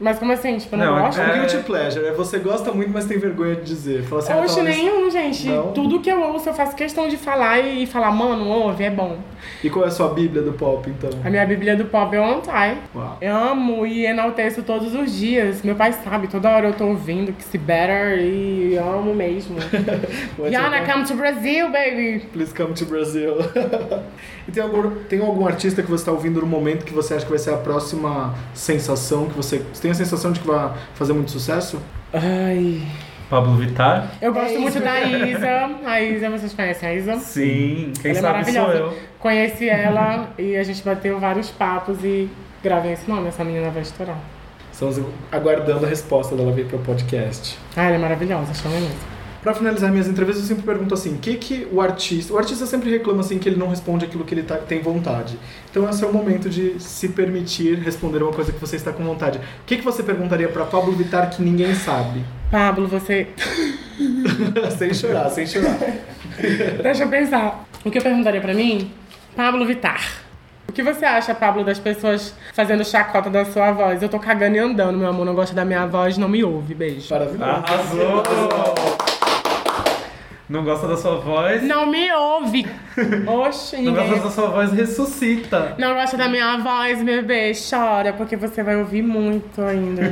Mas como assim? Tipo, eu não, Não, gosto? é- Guilty pleasure, é você gosta muito, mas tem vergonha de dizer. Fala assim, ah, Oxe, talvez- nenhum, gente. Não. Tudo que eu ouço, eu faço questão de falar e, e falar, mano, ouve, é bom. E qual é a sua bíblia do pop, então? A minha Bíblia do pop é on time. Uau. Eu amo e enalteço todos os dias. Meu pai sabe, toda hora eu tô ouvindo que se better e eu amo mesmo. What's your Yana, name? come to Brazil, baby! um Please come to Brazil. (laughs) e tem algum, tem algum artista que você está ouvindo no momento que você acha que vai ser a próxima sensação? Que você, você tem a sensação de que vai fazer muito sucesso? Ai. Pablo Vittar? Eu gosto isso. muito da Isa. A Isa, vocês conhecem a Isa? Sim, quem Ela é sabe sou maravilhosa. eu. Conheci ela e a gente bateu vários papos e gravei esse nome. Essa menina vai estourar. Estamos aguardando a resposta dela vir para o podcast. Ah, ela é maravilhosa, chama mesmo. Para finalizar minhas entrevistas, eu sempre pergunto assim: o que, que o artista. O artista sempre reclama assim que ele não responde aquilo que ele tá- tem vontade. Então, esse é o momento de se permitir responder uma coisa que você está com vontade. O que, que você perguntaria para Pablo Vittar que ninguém sabe? Pablo, você (laughs) sem chorar, sem chorar. Deixa eu pensar. O que eu perguntaria pra mim? Pablo Vittar. O que você acha, Pablo, das pessoas fazendo chacota da sua voz? Eu tô cagando e andando, meu amor. Não gosta da minha voz, não me ouve. Beijo. Maravilhoso. Arrasou! Não gosta da sua voz? Não me ouve. Oxe, Não ninguém. gosta da sua voz? Ressuscita! Não gosta da minha voz, bebê. Chora, porque você vai ouvir muito ainda.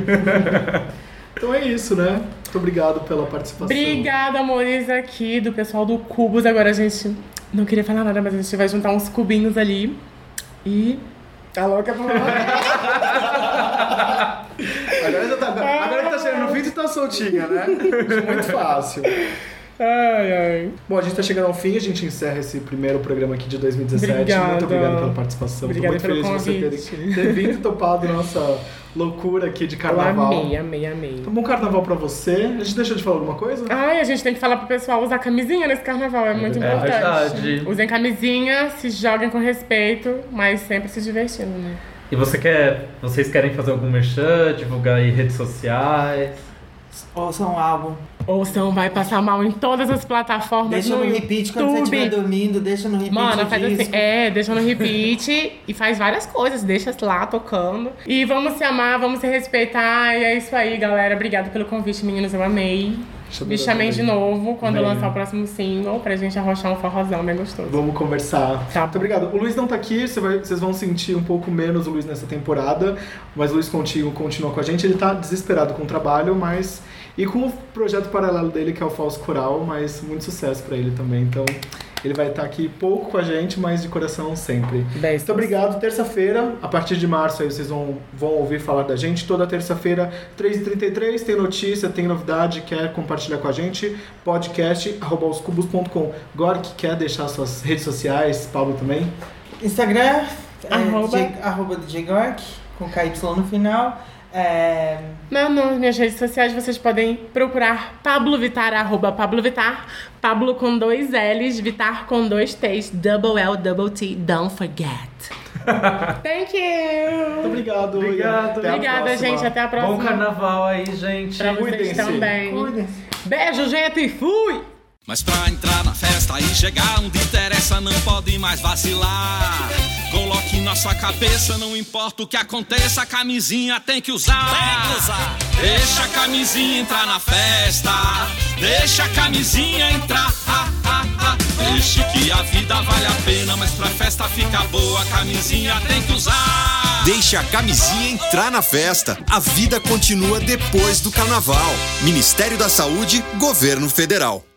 Então é isso, né? Muito obrigado pela participação. Obrigada, amores, aqui do pessoal do Cubos. Agora a gente. Não queria falar nada, mas a gente vai juntar uns cubinhos ali. E. Tá louca pra (laughs) Agora já tá, agora que tá chegando no fim, tu tá soltinha, (laughs) né? Muito fácil. Ai, ai. Bom, a gente tá chegando ao fim, a gente encerra esse primeiro programa aqui de 2017. Muito Obrigada. obrigado pela participação. Obrigada Tô pelo muito feliz de você ter, convite. (laughs) ter vindo e topado nossa loucura aqui de Eu carnaval. amei, amei, amei. Então, bom carnaval pra você. A gente deixou de falar alguma coisa? Ai, a gente tem que falar pro pessoal usar camisinha nesse carnaval, é muito É importante. verdade. Usem camisinha, se joguem com respeito, mas sempre se divertindo, né? E você quer. Vocês querem fazer algum merchan, divulgar aí redes sociais? Ouça um álbum. Ouçam, vai passar mal em todas as plataformas. Deixa no repeat quando você YouTube. estiver dormindo, deixa no repeat. Mano, o faz assim, disco. é, deixa no repeat e faz várias coisas, deixa lá tocando. E vamos se amar, vamos se respeitar. E é isso aí, galera. Obrigada pelo convite, meninos. Eu amei. Deixa eu é Me dar chamei uma de olhada. novo quando eu Bem. lançar o próximo single pra gente arrochar um forrozão bem gostoso. Vamos conversar. Tá. Muito obrigado. O Luiz não tá aqui, você vai- vocês vão sentir um pouco menos o Luiz nessa temporada, mas o Luiz contigo continua com a gente. Ele tá desesperado com o trabalho, mas. E com o projeto paralelo dele, que é o Falso Coral, mas muito sucesso pra ele também. Então, Ele vai estar aqui pouco com a gente, mas de coração sempre. Best. Muito obrigado. Terça-feira, a partir de março, aí vocês vão, vão ouvir falar da gente. Toda terça-feira, 3h33, tem notícia, tem novidade, quer compartilhar com a gente? Podcast, arroba oscubos.com. Gork, quer deixar suas redes sociais? Pablo também? Instagram, assim. Arroba. arroba, DJ, arroba DJ Gork, com KY no final. É, Na- nas minhas redes sociais vocês podem procurar Pablo Vittar, arroba Pablo Vittar, Pablo com dois L's, Vittar com dois T's, double L, double T, don't forget. Thank you! Muito obrigado. e Obrigado. até a Obrigada, próxima. gente. Até a próxima. Bom carnaval aí, gente. Pra vocês Cuidem-se. também. cuidem-se. Beijo, gente, e fui! Mas pra entrar na festa e chegar onde interessa, não pode mais vacilar. Coloque na sua cabeça, não importa o que aconteça, a camisinha tem que usar. Deixa a camisinha entrar na festa. Deixa a camisinha entrar. Ah, ah, ah. Deixe que a vida vale a pena, mas pra festa ficar boa, a camisinha tem que usar. Deixe a camisinha entrar na festa. A vida continua depois do carnaval. Ministério da Saúde, Governo Federal.